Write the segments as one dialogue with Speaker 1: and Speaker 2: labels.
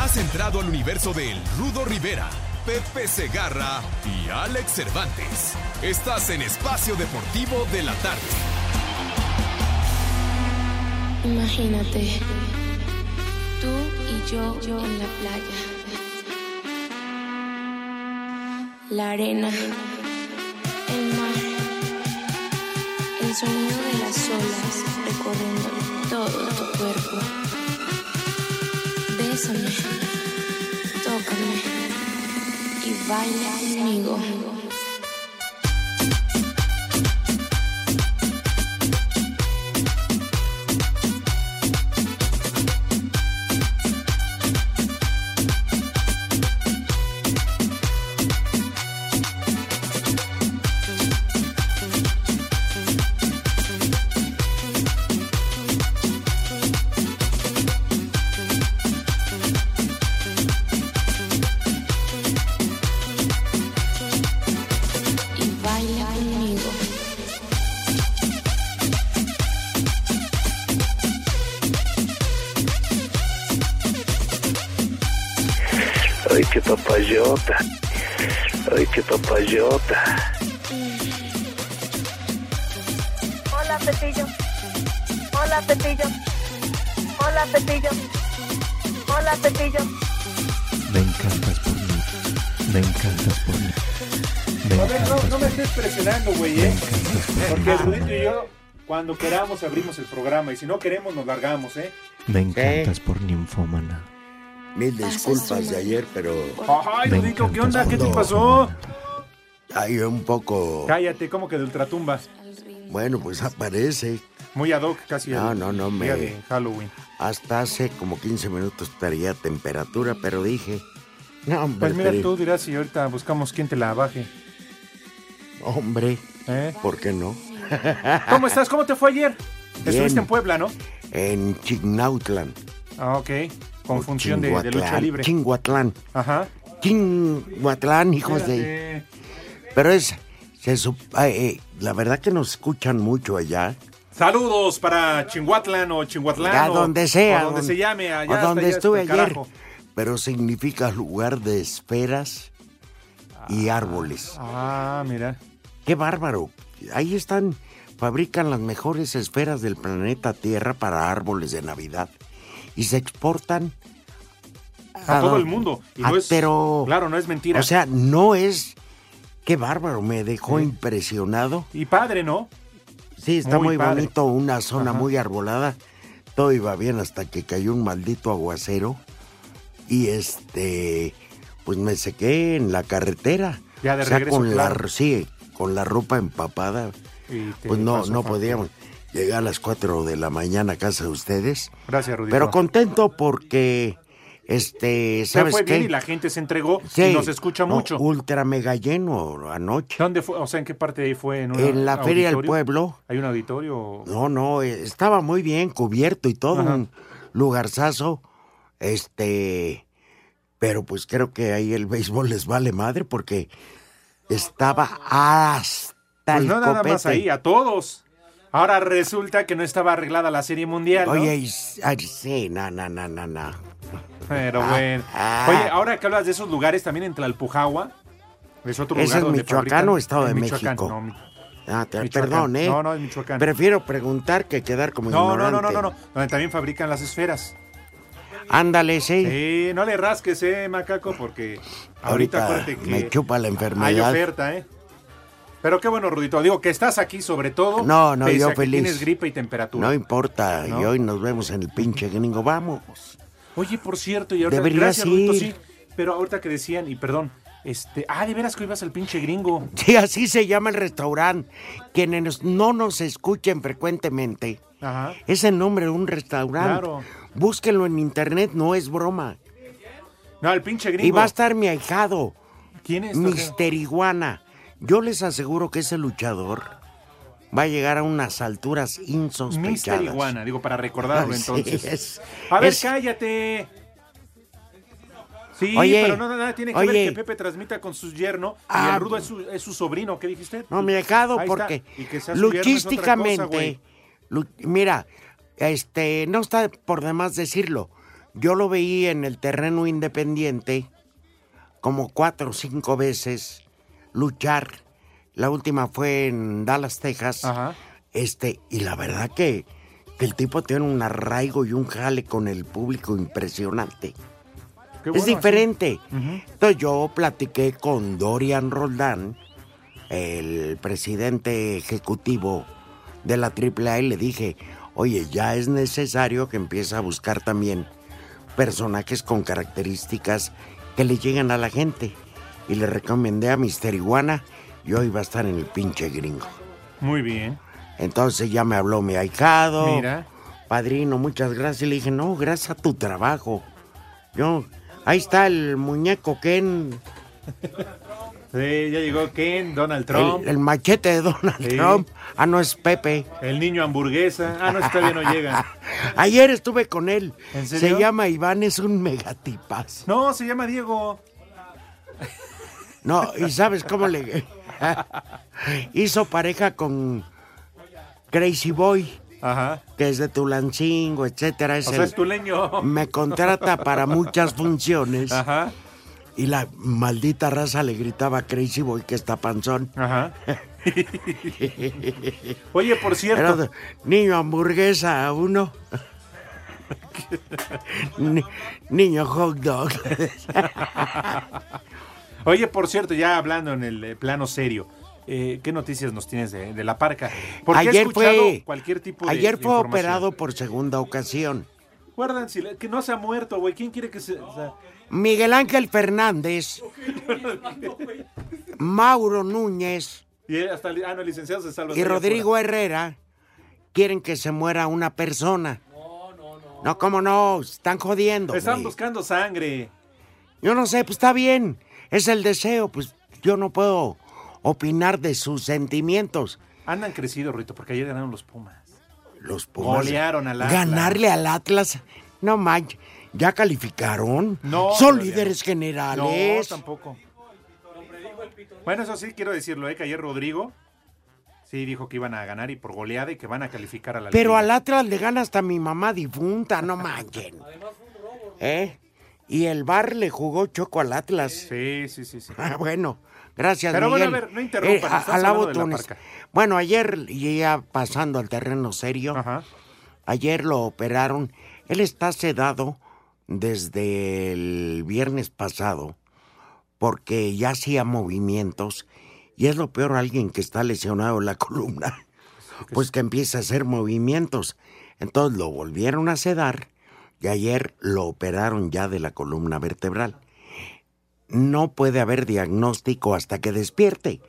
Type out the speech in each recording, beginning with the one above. Speaker 1: Has entrado al universo de El Rudo Rivera, Pepe Segarra y Alex Cervantes. Estás en Espacio Deportivo de la Tarde.
Speaker 2: Imagínate, tú y yo, yo en la playa. La arena, el mar, el sonido de las olas recorriendo todo tu cuerpo. Bésame, tócame y baila conmigo. y baila conmigo.
Speaker 3: Ay, qué papayota. Ay, qué papayota.
Speaker 4: Hola, Pepillo. Hola, Pepillo. Hola, Pepillo. Hola, Pepillo.
Speaker 5: Me encantas por mí. Me encantas por mí. Me
Speaker 6: A ver, no,
Speaker 5: encantas
Speaker 6: no
Speaker 5: por mí.
Speaker 6: me estés presionando, güey,
Speaker 5: Me
Speaker 6: ¿eh?
Speaker 5: encantas por mí.
Speaker 6: Porque el Rudito y yo, cuando queramos, abrimos el programa. Y si no queremos, nos largamos, ¿eh?
Speaker 5: Me encantas por ninfómana.
Speaker 7: Mil
Speaker 2: Pasas
Speaker 7: disculpas de
Speaker 2: una-
Speaker 7: ayer, pero
Speaker 6: Ay,
Speaker 5: Me
Speaker 6: Rudito, ¿qué
Speaker 5: encantas
Speaker 6: onda? ¿Qué te
Speaker 5: por
Speaker 6: pasó?
Speaker 5: ninfómana.
Speaker 7: hay un poco.
Speaker 6: Cállate, como que de ultratumbas.
Speaker 2: Al ritmo.
Speaker 7: Bueno, pues aparece.
Speaker 6: Muy ad hoc, casi. el
Speaker 7: No, no, no,
Speaker 6: Día
Speaker 7: me-
Speaker 6: de Halloween.
Speaker 7: Hasta hace como 15 minutos estaría temperatura, pero dije. No, hombre.
Speaker 6: Pues mira,
Speaker 7: pero-
Speaker 6: tú dirás si ahorita buscamos quién te la baje.
Speaker 7: Hombre,
Speaker 6: ¿eh?
Speaker 7: ¿por qué no?
Speaker 6: ¿Cómo estás? ¿Cómo te fue ayer?
Speaker 7: Bien.
Speaker 6: Estuviste en Puebla, ¿no?
Speaker 7: En Chignautlan.
Speaker 6: Ah, ok.
Speaker 7: o
Speaker 6: Con función de, de lucha
Speaker 7: Oh, Chinguatlán,
Speaker 6: libre.
Speaker 7: Chinguatlán.
Speaker 6: Ajá.
Speaker 7: Chinguatlán, hijos de.
Speaker 6: Espérate.
Speaker 7: Pero es. Se sup- ah, eh, la verdad que nos escuchan mucho allá.
Speaker 6: Saludos para Chinguatlán o Chinguatlán.
Speaker 7: A
Speaker 6: o-
Speaker 7: donde sea.
Speaker 6: o donde se llame. Allá
Speaker 7: a
Speaker 6: hasta
Speaker 7: donde
Speaker 6: allá hasta
Speaker 7: estuve
Speaker 6: el
Speaker 7: ayer.
Speaker 6: carajo.
Speaker 7: Pero significa lugar de esferas y árboles.
Speaker 6: Ah, mira.
Speaker 7: ¡Qué bárbaro! Ahí están, fabrican las mejores esferas del planeta Tierra para árboles de Navidad. Y se exportan
Speaker 6: A todo el mundo. Y
Speaker 7: Ah,
Speaker 6: no es,
Speaker 7: pero-
Speaker 6: Claro, no es mentira.
Speaker 7: O sea, no es... ¡Qué bárbaro! Me dejó impresionado.
Speaker 6: y padre, ¿no?
Speaker 7: Sí, está
Speaker 6: Muy
Speaker 7: muy,
Speaker 6: padre.
Speaker 7: bonito, una zona
Speaker 6: Ajá.
Speaker 7: muy arbolada. Todo iba bien hasta que cayó un maldito aguacero. Y este, pues me sequé en la carretera.
Speaker 6: Ya de
Speaker 7: o sea,
Speaker 6: regreso,
Speaker 7: con
Speaker 6: claro.
Speaker 7: la sí, con la ropa empapada.
Speaker 6: Y te
Speaker 7: Pues no,
Speaker 6: paso
Speaker 7: no
Speaker 6: factura.
Speaker 7: podíamos llegar a las 4 de la mañana a casa de ustedes.
Speaker 6: Gracias, Rudito.
Speaker 7: Pero contento porque, este,
Speaker 6: Se
Speaker 7: ¿sabes
Speaker 6: fue bien
Speaker 7: qué?
Speaker 6: y la gente se entregó
Speaker 7: Sí,
Speaker 6: y nos escucha
Speaker 7: no,
Speaker 6: mucho.
Speaker 7: Ultra mega lleno anoche.
Speaker 6: ¿Dónde fue? O sea, ¿en qué parte ahí fue? ¿En, un
Speaker 7: en la Feria del
Speaker 6: auditorio?
Speaker 7: Pueblo.
Speaker 6: ¿Hay un auditorio? o-
Speaker 7: No, no, eh, estaba muy bien cubierto y todo,
Speaker 6: Ajá.
Speaker 7: un lugarzazo. Este, pero pues creo que ahí el béisbol les vale madre porque estaba hasta
Speaker 6: Pues
Speaker 7: el
Speaker 6: no nada más
Speaker 7: copete.
Speaker 6: ahí, a todos. Ahora resulta que no estaba arreglada la Serie Mundial, ¿no?
Speaker 7: Oye, y s- ay, sí, na, na, na, na, na.
Speaker 6: Pero bueno.
Speaker 7: ah.
Speaker 6: Oye, ahora que hablas de esos lugares también en Tlalpujahua, es otro
Speaker 7: ¿Es
Speaker 6: lugar
Speaker 7: en
Speaker 6: donde
Speaker 7: Michoacán
Speaker 6: fabrican-
Speaker 7: o Estado
Speaker 6: en
Speaker 7: de
Speaker 6: Michoacán,
Speaker 7: México?
Speaker 6: No, mi-
Speaker 7: Ah, te-
Speaker 6: Michoacán.
Speaker 7: perdón, ¿eh?
Speaker 6: No, no, es Michoacán.
Speaker 7: Prefiero preguntar que quedar como
Speaker 6: no, no,
Speaker 7: ignorante.
Speaker 6: no, no, no, no, donde también fabrican las esferas.
Speaker 7: Ándale, sí.
Speaker 6: Sí, no le rasques, eh, macaco, porque ahorita,
Speaker 7: Ahorita,
Speaker 6: acuérdate que
Speaker 7: me chupa la
Speaker 6: hay
Speaker 7: enfermedad.
Speaker 6: oferta, ¿eh? Pero qué bueno, Rudito. Digo que estás aquí sobre todo.
Speaker 7: No, no,
Speaker 6: pese
Speaker 7: yo
Speaker 6: a que
Speaker 7: feliz.
Speaker 6: Tienes gripe y temperatura.
Speaker 7: no importa,
Speaker 6: ¿No?
Speaker 7: y hoy nos vemos en el pinche gringo, vamos.
Speaker 6: Oye, por cierto, y ahorita
Speaker 7: Deberías
Speaker 6: gracias, Rudito,
Speaker 7: ir.
Speaker 6: sí. Pero ahorita que decían, y perdón, este, ah, de veras que hoy vas al pinche gringo.
Speaker 7: Sí, así se llama el restaurante. Quienes nos- no nos escuchen frecuentemente,
Speaker 6: Ajá.
Speaker 7: es el nombre de un restaurante.
Speaker 6: Claro.
Speaker 7: Búsquenlo en internet, no es broma.
Speaker 6: No, el pinche gringo.
Speaker 7: Y va a estar mi ahijado,
Speaker 6: ¿Quién es?
Speaker 7: Mister Iguana. Yo les aseguro que ese luchador va a llegar a unas alturas insospechadas.
Speaker 6: Mister Iguana, digo, para recordarlo
Speaker 7: Así
Speaker 6: entonces.
Speaker 7: es.
Speaker 6: A ver,
Speaker 7: Es-
Speaker 6: cállate. Sí,
Speaker 7: Oye,
Speaker 6: pero no, nada, tiene que
Speaker 7: oye.
Speaker 6: ver que Pepe transmita con sus yerno y
Speaker 7: Ah,
Speaker 6: el rudo es su, es su sobrino, ¿qué dijiste?
Speaker 7: No, mi ahijado,
Speaker 6: Ahí está.
Speaker 7: porque
Speaker 6: Y que sea su yerno es otra cosa,
Speaker 7: luchísticamente,
Speaker 6: güey.
Speaker 7: lu- mira, este, no está por demás decirlo. Yo lo veí en el terreno independiente como cuatro o cinco veces luchar. La última fue en Dallas, Texas.
Speaker 6: Ajá.
Speaker 7: Este, y la verdad que, que el tipo tiene un arraigo y un jale con el público impresionante.
Speaker 6: Qué
Speaker 7: es
Speaker 6: bueno, así.
Speaker 7: diferente.
Speaker 6: Ujú.
Speaker 7: Entonces yo platiqué con Dorian Roldán, el presidente ejecutivo de la AAA, y le dije, oye, ya es necesario que empiece a buscar también personajes con características que le lleguen a la gente. Y le recomendé a Mister Iguana y hoy va a estar en el pinche gringo.
Speaker 6: Muy bien.
Speaker 7: Entonces ya me habló mi ahijado.
Speaker 6: Mira.
Speaker 7: Padrino, muchas gracias. Y le dije, no, gracias a tu trabajo. Yo, ahí está el muñeco Ken,
Speaker 6: Sí, ya llegó Ken, Donald Trump,
Speaker 7: el, el machete de Donald
Speaker 6: Sí.
Speaker 7: Trump. Ah, no, es Pepe.
Speaker 6: el, niño hamburguesa. Ah, no, es que todavía no llega.
Speaker 7: Ayer estuve con él.
Speaker 6: ¿En
Speaker 7: Se
Speaker 6: serio?
Speaker 7: llama Iván, es un megatipas.
Speaker 6: No, se llama Diego.
Speaker 7: No, y sabes cómo le... Hizo pareja con Crazy Boy,
Speaker 6: Ajá.
Speaker 7: que es de Tulancingo, etcétera. Es
Speaker 6: O
Speaker 7: el-
Speaker 6: sea, es tuleño.
Speaker 7: Me contrata para muchas funciones.
Speaker 6: Ajá,
Speaker 7: Y la maldita raza le gritaba a Crazy Boy que está panzón.
Speaker 6: ajá. Oye, por
Speaker 7: Era
Speaker 6: cierto,
Speaker 7: de- niño hamburguesa a uno. Ni- niño hot dog.
Speaker 6: oye, por cierto, ya hablando en el eh, plano serio, eh, ¿qué noticias nos tienes de, de la parca? Porque he
Speaker 7: ayer
Speaker 6: escuchado
Speaker 7: fue,
Speaker 6: cualquier tipo de
Speaker 7: ayer fue
Speaker 6: información.
Speaker 7: operado por segunda ocasión.
Speaker 6: Guardan, silen- que no se ha muerto, güey. ¿Quién quiere que se...? o sea,
Speaker 7: Miguel Ángel Fernández, Mauro Núñez
Speaker 6: y él hasta, li- ah, no, el licenciado se salva.
Speaker 7: y
Speaker 6: está allá
Speaker 7: Rodrigo Herrera quieren que se muera una persona. No, no, no. No, cómo no, están jodiendo.
Speaker 6: afuera. Están
Speaker 7: güey.
Speaker 6: buscando sangre.
Speaker 7: Yo no sé, pues está bien. Es el deseo, pues yo no puedo opinar de sus sentimientos.
Speaker 6: Andan crecidos, Rito, porque ayer ganaron los Pumas.
Speaker 7: Los Pumas.
Speaker 6: Golearon al Atlas.
Speaker 7: Ganarle al Atlas. No manches. ¿Ya calificaron?
Speaker 6: No,
Speaker 7: Son
Speaker 6: todavía
Speaker 7: líderes
Speaker 6: no.
Speaker 7: generales.
Speaker 6: No, tampoco. Bueno, eso sí, quiero decirlo, ¿eh? que ayer Rodrigo sí dijo que iban a ganar y por goleada y que van a calificar a la
Speaker 7: Pero
Speaker 6: Liga.
Speaker 7: al Atlas le gana hasta mi mamá difunta, no manchen. ¿Eh? Y el bar le jugó choco al Atlas.
Speaker 6: Sí, sí, sí, sí.
Speaker 7: Ah, bueno, gracias,
Speaker 6: Pero bueno,
Speaker 7: Miguel. Eh,
Speaker 6: a ver, no interrumpan,
Speaker 7: a-
Speaker 6: estamos
Speaker 7: alabo
Speaker 6: hablando de la
Speaker 7: tu honest-
Speaker 6: parca.
Speaker 7: Bueno, ayer, y ya pasando al terreno serio,
Speaker 6: Ajá.
Speaker 7: Ayer lo operaron. Él está sedado desde el viernes pasado porque ya hacía movimientos y es lo peor alguien que está lesionado en la columna, pues que empieza a hacer movimientos. Entonces lo volvieron a sedar y ayer lo operaron ya de la columna vertebral. No puede haber diagnóstico hasta que despierte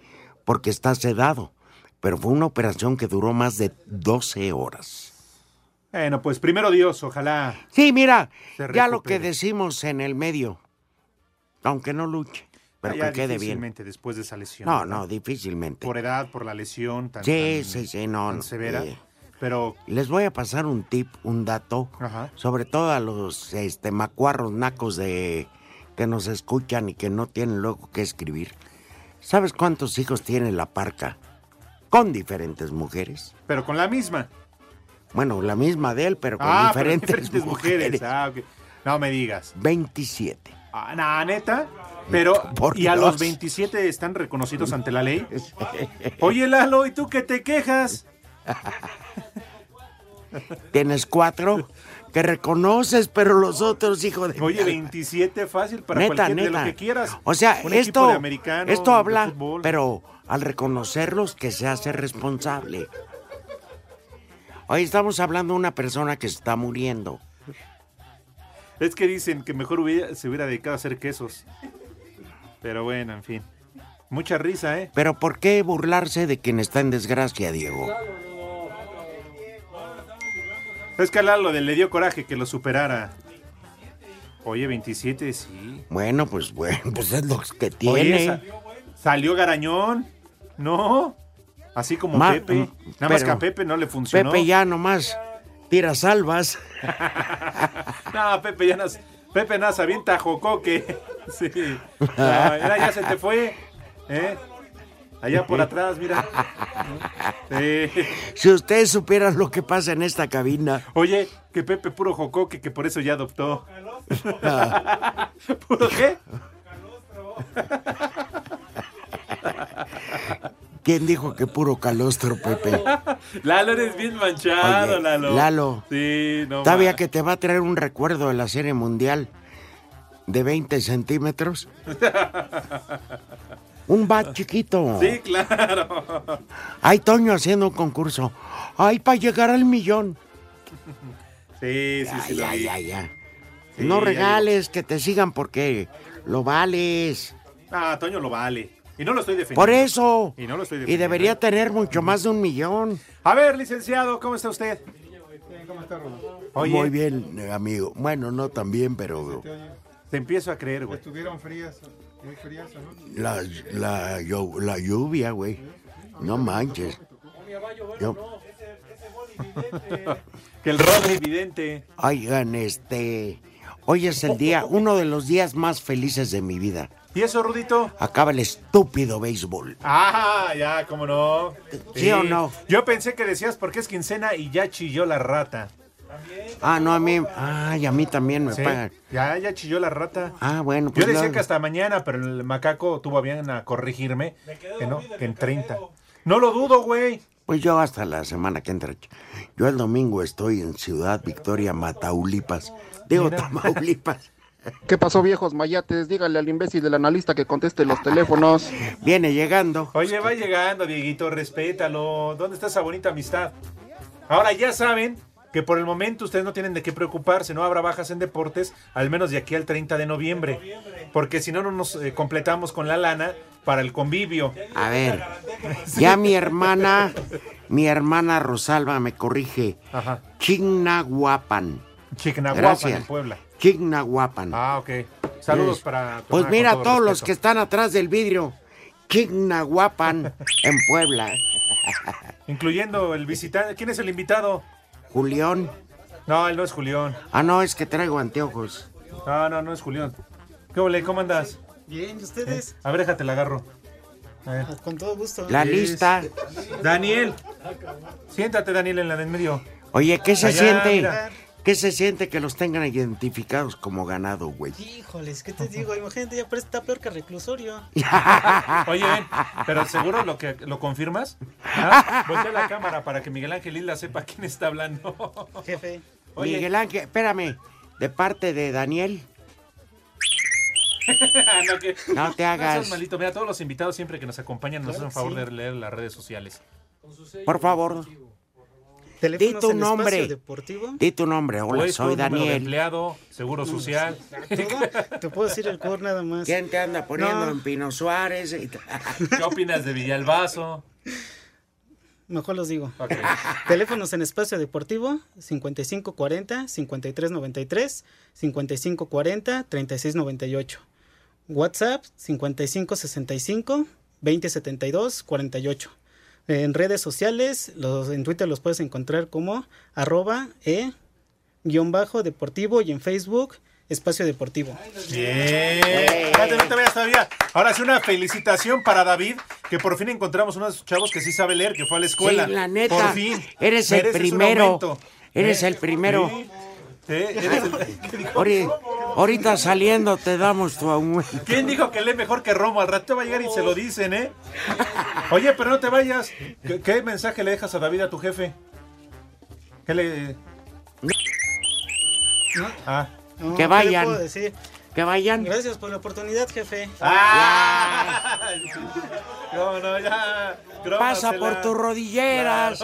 Speaker 7: porque está sedado, pero fue una operación que duró más de 12 horas.
Speaker 6: Bueno, pues primero Dios, ojalá.
Speaker 7: Sí, mira,
Speaker 6: Se
Speaker 7: ya lo que
Speaker 6: recupere.
Speaker 7: decimos en el medio, aunque no luche, pero
Speaker 6: Ah, ya
Speaker 7: que quede bien.
Speaker 6: difícilmente después de esa lesión.
Speaker 7: No, no, difícilmente.
Speaker 6: Por edad, por la lesión tan,
Speaker 7: Sí,
Speaker 6: tan-
Speaker 7: sí, sí, no.
Speaker 6: tan
Speaker 7: no,
Speaker 6: severa.
Speaker 7: eh,
Speaker 6: Pero
Speaker 7: Les voy a pasar un tip, un dato,
Speaker 6: Ajá.
Speaker 7: sobre todo a los este, macuarros nacos de que nos escuchan y que no tienen luego que escribir. ¿Sabes cuántos hijos tiene la parca? Con diferentes mujeres.
Speaker 6: pero con la misma.
Speaker 7: Bueno, la misma de él, pero con
Speaker 6: ah, pero
Speaker 7: diferentes,
Speaker 6: diferentes mujeres.
Speaker 7: mujeres.
Speaker 6: Ah, ok. No me digas.
Speaker 7: 27.
Speaker 6: Ah, na, neta. Pero,
Speaker 7: Por
Speaker 6: ¿y a
Speaker 7: Dios.
Speaker 6: los 27 están reconocidos ante la ley? Oye, Lalo, ¿y tú qué te quejas?
Speaker 7: Tienes cuatro que reconoces, pero los otros, hijo de.
Speaker 6: Oye, 27 fácil para
Speaker 7: neta,
Speaker 6: cualquier
Speaker 7: neta.
Speaker 6: de lo que quieras.
Speaker 7: O sea,
Speaker 6: Un equipo
Speaker 7: esto,
Speaker 6: de americano,
Speaker 7: esto
Speaker 6: de
Speaker 7: habla,
Speaker 6: fútbol.
Speaker 7: pero al reconocerlos que se hace responsable. Hoy estamos hablando de una persona que se está muriendo.
Speaker 6: Es que dicen que mejor hubiera- se hubiera dedicado a hacer quesos. Pero bueno, en fin. Mucha risa, ¿eh?
Speaker 7: Pero ¿por qué burlarse de quien está en desgracia, Diego?
Speaker 6: Es que a Lalo le dio coraje que lo superara. Oye, 27, sí.
Speaker 7: Bueno, pues bueno, pues es lo que tiene.
Speaker 6: Oye, sa- salió Garañón. No. Así como
Speaker 7: Ma-
Speaker 6: Pepe.
Speaker 7: mm,
Speaker 6: Nada más
Speaker 7: pero-
Speaker 6: que a Pepe no le funcionó.
Speaker 7: Pepe ya nomás tira salvas.
Speaker 6: No, Pepe ya nas, Pepe nas avienta jocoque. Sí. Ah, mira, ya se te fue. ¿eh? Allá por atrás, mira. Sí.
Speaker 7: Si ustedes supieran lo que pasa en esta cabina.
Speaker 6: Oye, que Pepe puro jocoque, que por eso ya adoptó. ¿Puro qué?
Speaker 7: ¿Quién dijo que puro calostro, Pepe?
Speaker 6: Lalo, eres bien manchado,
Speaker 7: Oye,
Speaker 6: Lalo.
Speaker 7: Lalo.
Speaker 6: Sí, no.
Speaker 7: Sabía
Speaker 6: ma-
Speaker 7: que te va a traer un recuerdo de la serie mundial de 20 centímetros. Un bat chiquito.
Speaker 6: Sí, claro.
Speaker 7: Hay Toño haciendo un concurso. Ay, para llegar al millón.
Speaker 6: Sí, sí, sí.
Speaker 7: Ay,
Speaker 6: lo vi.
Speaker 7: ay, ay, ay.
Speaker 6: Sí,
Speaker 7: no
Speaker 6: ya
Speaker 7: regales, que te sigan porque lo vales.
Speaker 6: Ah, Toño lo vale. Y no lo estoy defendiendo.
Speaker 7: Por eso.
Speaker 6: Y no lo estoy
Speaker 7: Y
Speaker 6: defendiendo. ¿eh?
Speaker 7: debería tener mucho más de un millón.
Speaker 6: A ver, licenciado, ¿cómo está usted? Oye,
Speaker 7: Muy bien, eh, amigo. Bueno, no tan bien, pero
Speaker 6: te empiezo a creer, güey.
Speaker 8: Estuvieron frías, muy frías, ¿no?
Speaker 7: la, la, llo- la lluvia, güey. No manches. Yo-
Speaker 6: Que el robo evidente.
Speaker 7: oigan, este. Hoy es el día, uno de los días más felices de mi vida.
Speaker 6: ¿Y eso, Rudito?
Speaker 7: Acaba el estúpido béisbol.
Speaker 6: Ah, ya, cómo no.
Speaker 7: ¿Sí o no?
Speaker 6: Yo pensé que decías porque es quincena y ya chilló la rata.
Speaker 7: Ah, no, a mí. Ay, a mí también me
Speaker 6: Sí,
Speaker 7: pagan.
Speaker 6: Ya, ya chilló la rata.
Speaker 7: Ah, bueno,
Speaker 6: Yo
Speaker 7: pues.
Speaker 6: decía
Speaker 7: no.
Speaker 6: que hasta mañana, pero el macaco tuvo a bien a corregirme. Que no, que en 30. No lo dudo, güey.
Speaker 7: Pues yo hasta la semana que entra. Yo el domingo estoy en Ciudad Victoria, Mataulipas. Digo, Tamaulipas.
Speaker 8: ¿Qué pasó, viejos mayates? Dígale al imbécil del analista que conteste los teléfonos.
Speaker 7: Viene llegando.
Speaker 6: Oye, va llegando, Dieguito, respétalo. ¿Dónde está esa bonita amistad? Ahora ya saben que por el momento ustedes no tienen de qué preocuparse, no habrá bajas en deportes, al menos de aquí al 30 de noviembre. Porque si no, no nos eh, completamos con la lana para el convivio.
Speaker 7: A ver, ya mi hermana, mi hermana Rosalba me corrige.
Speaker 6: Ajá.
Speaker 7: Chignahuapan.
Speaker 6: Chignahuapan,
Speaker 7: Gracias.
Speaker 6: en Puebla.
Speaker 7: Chignahuapan.
Speaker 6: Ah, ok. Saludos para... tu
Speaker 7: Pues
Speaker 6: hermana,
Speaker 7: mira,
Speaker 6: con todo
Speaker 7: todos los que
Speaker 6: respeto.
Speaker 7: están atrás del vidrio. Chignahuapan en Puebla.
Speaker 6: Incluyendo el visitante. ¿Quién es el invitado?
Speaker 7: Julián.
Speaker 6: No, él no es Julián.
Speaker 7: Ah, no, es que traigo anteojos.
Speaker 6: No, no, no es Julián. ¿Qué ole? ¿Cómo andas? Eh,
Speaker 8: Bien, ¿y ustedes?
Speaker 6: A ver, déjate, la agarro.
Speaker 8: Con todo gusto.
Speaker 7: La lista.
Speaker 6: Daniel. Siéntate, Daniel, en la del medio.
Speaker 7: Oye, ¿qué se
Speaker 6: Allá,
Speaker 7: siente?
Speaker 6: mira.
Speaker 7: ¿Qué se siente que los tengan identificados como ganado, güey?
Speaker 8: Híjoles, ¿qué te digo? Imagínate, ya parece está peor que reclusorio.
Speaker 6: Oye, ven, pero seguro lo que lo confirmas. ¿Ah? Voltea la cámara para que Miguel Ángel Isla sepa quién está hablando.
Speaker 8: Jefe.
Speaker 6: Oye,
Speaker 7: Miguel Ángel, espérame, de parte de Daniel,
Speaker 6: no, que-
Speaker 7: no te
Speaker 6: no seas
Speaker 7: hagas,
Speaker 6: malito. Mira, todos los invitados siempre que nos acompañan nos hacen favor de leer las redes sociales.
Speaker 7: por favor,
Speaker 8: Teléfonos
Speaker 7: tu
Speaker 8: en
Speaker 7: nombre.
Speaker 8: Espacio deportivo.
Speaker 7: di tu nombre. Hola,
Speaker 6: Puesto,
Speaker 7: soy
Speaker 6: Pues, número de
Speaker 7: Daniel.
Speaker 6: empleado, seguro social.
Speaker 8: Todo. Te puedo decir el core nada más.
Speaker 7: ¿Quién te anda poniendo
Speaker 8: No.
Speaker 7: en Pino Suárez? Y-
Speaker 6: ¿Qué opinas de Villalbazo?
Speaker 8: Mejor los digo.
Speaker 6: Ok.
Speaker 8: Teléfonos en espacio deportivo 5540 5393 5540 3698. WhatsApp 5565 2072 48. En redes sociales, los, en Twitter los puedes encontrar como arroba e guión bajo deportivo y en Facebook espacio deportivo.
Speaker 6: Bien. Espérate, no te vayas todavía. Ahora sí, una felicitación para David, que por fin encontramos unos chavos que sí sabe leer, que fue a la escuela.
Speaker 7: Sí, la neta,
Speaker 6: Por fin.
Speaker 7: eres el
Speaker 6: Mereces un
Speaker 7: primero.
Speaker 6: aumento. ¿Eh?
Speaker 7: Eres el primero.
Speaker 6: Sí. Sí, eres el- ¿Qué dijo?
Speaker 7: Ori- ahorita saliendo te damos tu aumento.
Speaker 6: ¿Quién dijo que lee mejor que Romo? Al rato va a llegar y se lo dicen, ¿eh? Oye, pero no te vayas. ¿Qué, qué mensaje le dejas a David a tu jefe? ¿Qué le.? Ah.
Speaker 8: No,
Speaker 7: Que
Speaker 8: ¿qué le
Speaker 7: vayan.
Speaker 8: puedo decir?
Speaker 7: Que vayan.
Speaker 8: Gracias por la oportunidad, jefe.
Speaker 6: ¡Ah! No, no, ya.
Speaker 7: Pasa
Speaker 6: Grómasela.
Speaker 7: por tus rodilleras.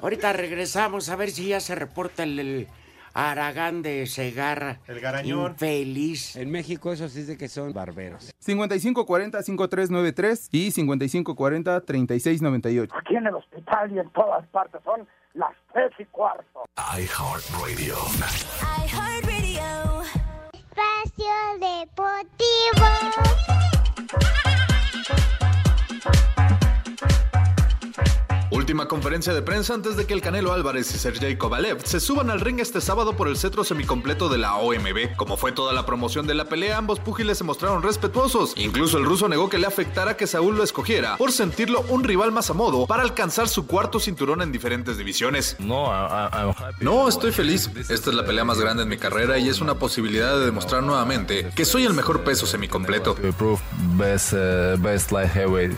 Speaker 7: Ahorita regresamos a ver si ya se reporta el, el Aragán de Segarra.
Speaker 6: El garañón.
Speaker 7: Infeliz.
Speaker 9: En México eso sí dice que son barberos.
Speaker 10: 5540-5393 y 5540-3698.
Speaker 3: Aquí en el hospital y en todas partes son las tres y cuarto.
Speaker 1: iHeartRadio.
Speaker 10: Espacio Deportivo.
Speaker 11: Última conferencia de prensa antes de que el Canelo Álvarez y Sergey Kovalev se suban al ring este sábado por el cetro semicompleto de la OMB. Como fue toda la promoción de la pelea, ambos púgiles se mostraron respetuosos. Incluso el ruso negó que le afectara que Saúl lo escogiera por sentirlo un rival más a modo para alcanzar su cuarto cinturón en diferentes divisiones.
Speaker 12: No, no estoy feliz. Esta es la pelea más grande en mi carrera y es una posibilidad de demostrar nuevamente que soy el mejor peso semicompleto.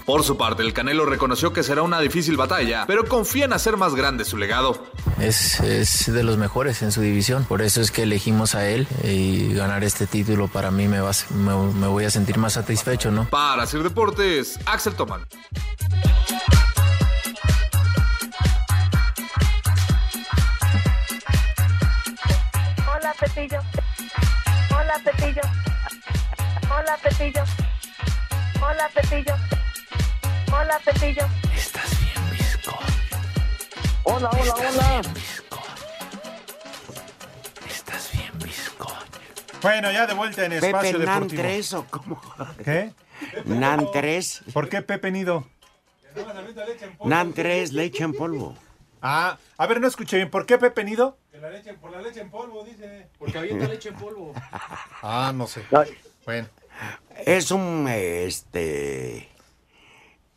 Speaker 11: Por su parte, el Canelo reconoció que será una difícil batalla pero confía en hacer más grande su legado.
Speaker 13: Es, es, de los mejores en su división, por eso es que elegimos a él y ganar este título para mí me, va, me, me voy a sentir más satisfecho, ¿no?
Speaker 11: Para hacer deportes, Axel Toman.
Speaker 4: Hola Pepillo. Hola Pepillo. Hola Pepillo. Hola Pepillo. Hola Pepillo.
Speaker 14: Estás bien.
Speaker 3: Hola, hola, hola.
Speaker 14: Estás bien, bizcocho.
Speaker 6: Bueno, ya de vuelta en Espacio
Speaker 7: Pepe
Speaker 6: Deportivo.
Speaker 7: Nantres o cómo?
Speaker 6: ¿Qué?
Speaker 7: Nantres.
Speaker 6: ¿Por qué Pepe Nido?
Speaker 7: Nantres, leche en polvo.
Speaker 6: Ah, a ver, no escuché bien. ¿Por qué Pepe Nido?
Speaker 15: La leche, por la leche en polvo, dice. Porque avienta leche en polvo.
Speaker 6: Ah, no sé. Bueno.
Speaker 7: Es un, este...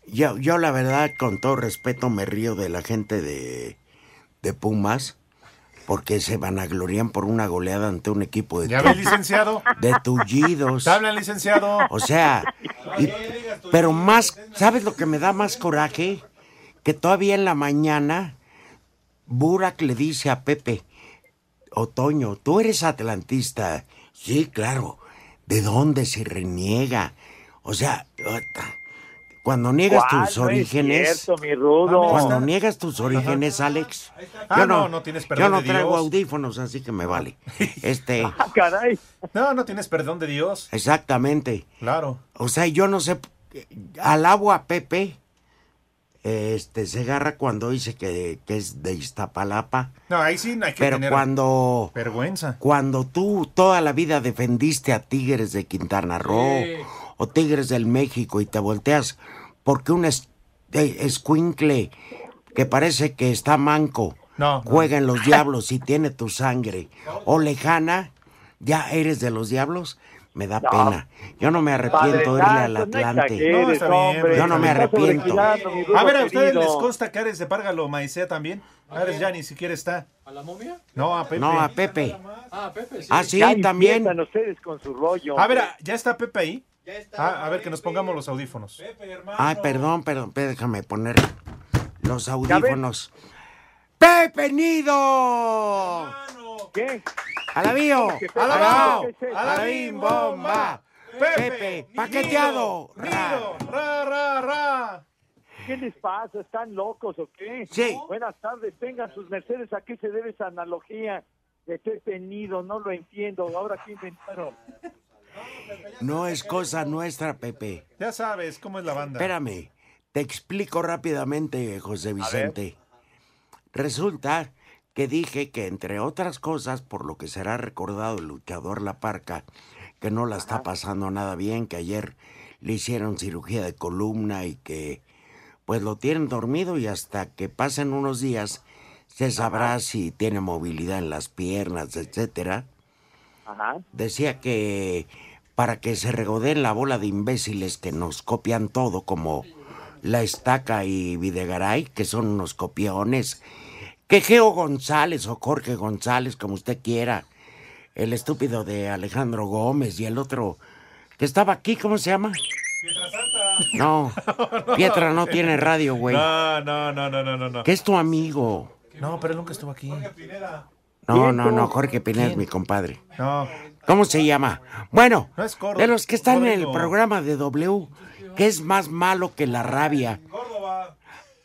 Speaker 7: Yo, yo la verdad, con todo respeto, me río de la gente de, de Pumas, porque se vanaglorían por una goleada ante un equipo de...
Speaker 6: ¿Ya ves, licenciado?
Speaker 7: De tullidos.
Speaker 6: hablan, licenciado?
Speaker 7: O sea, y, pero más, ¿sabes lo que me da más coraje? Que todavía en la mañana, Burak le dice a Pepe, Otoño, tú eres atlantista. Sí, claro. ¿De dónde se reniega? O sea... Cuando niegas tus
Speaker 3: Ah, no
Speaker 7: orígenes.
Speaker 3: Es cierto, mi rudo.
Speaker 7: Cuando niegas tus orígenes, Alex.
Speaker 6: Ah, yo no, no, no tienes perdón
Speaker 7: Yo no
Speaker 6: de
Speaker 7: traigo
Speaker 6: Dios.
Speaker 7: audífonos, así que me vale. Este,
Speaker 3: Ah, caray.
Speaker 6: No, no tienes perdón de Dios.
Speaker 7: exactamente.
Speaker 6: Claro.
Speaker 7: O sea, yo no sé. Alabo a Pepe. Este, se agarra cuando dice que, que es de Iztapalapa.
Speaker 6: No, ahí sí hay que
Speaker 7: Pero
Speaker 6: tener
Speaker 7: cuando.
Speaker 6: vergüenza.
Speaker 7: Cuando tú toda la vida defendiste a Tigres de Quintana Roo
Speaker 6: Sí.
Speaker 7: o Tigres del México y te volteas porque un es- eh, escuincle que parece que está manco
Speaker 6: No, no.
Speaker 7: juega en los diablos y tiene tu sangre o lejana, ya eres de los diablos, me da pena. Yo no me arrepiento de irle al
Speaker 3: santo, no
Speaker 7: Atlante.
Speaker 3: exageres,
Speaker 6: No, está bien,
Speaker 3: hombre.
Speaker 7: yo no me
Speaker 3: Estás
Speaker 7: arrepiento.
Speaker 3: sobrecuidando, mi rudo
Speaker 6: A ver, a ustedes
Speaker 3: querido.
Speaker 6: les consta que Ares de Párgalo maicea también. Ares ya ni siquiera está.
Speaker 15: ¿A la momia?
Speaker 6: No, a Pepe.
Speaker 7: No, a Pepe.
Speaker 15: Ah, Pepe, sí.
Speaker 7: Ah, sí,
Speaker 3: Ya
Speaker 7: también.
Speaker 3: empiezan ustedes con su rollo.
Speaker 6: A ver, ah, ¿ya está Pepe ahí?
Speaker 15: Ya está.
Speaker 6: Ah, a ver, que nos pongamos los audífonos.
Speaker 15: Pepe, hermano.
Speaker 7: Ay, perdón, perdón, pe- déjame poner los audífonos. ¡Pepe Nido!
Speaker 15: Hermano.
Speaker 3: ¿Qué?
Speaker 7: ¡Alabío! ¡Alabao!
Speaker 6: ¡Alain
Speaker 7: ¡Alabín bomba! Pepe, paqueteado. Ah,
Speaker 6: Nido, ra, ra, ra.
Speaker 3: ¿Qué les pasa? ¿Están locos o qué?
Speaker 7: Sí.
Speaker 3: Buenas tardes, tengan sus mercedes. ¿A qué se debe esa analogía de Pepe Nido? No lo entiendo. Ahora qué inventaron.
Speaker 7: No es cosa nuestra, Pepe.
Speaker 6: Ya sabes cómo es la banda.
Speaker 7: Espérame, te explico rápidamente, José Vicente. Resulta que dije que, entre otras cosas, por lo que será recordado el luchador La Parca, que no la está pasando nada bien, que ayer le hicieron cirugía de columna y que, pues lo tienen dormido y hasta que pasen unos días se sabrá si tiene movilidad en las piernas, etcétera.
Speaker 3: Ajá.
Speaker 7: decía que para que se regodeen la bola de imbéciles que nos copian todo, como La Estaca y Videgaray, que son unos copiones, que Geo González o Jorge González, como usted quiera, el estúpido de Alejandro Gómez y el otro que estaba aquí, ¿cómo se llama? No, Pietra no tiene radio, güey.
Speaker 6: No, no, no, no, no, no, no.
Speaker 7: Que es tu amigo.
Speaker 6: No, pero él nunca estuvo aquí.
Speaker 7: No, no, no, Jorge Pineda es mi compadre.
Speaker 6: No,
Speaker 7: ¿Cómo se llama? Bueno,
Speaker 6: No es Córdoba,
Speaker 7: de los que están en el
Speaker 6: Rodrigo.
Speaker 7: programa de W, que es más malo que la rabia.
Speaker 15: Córdoba.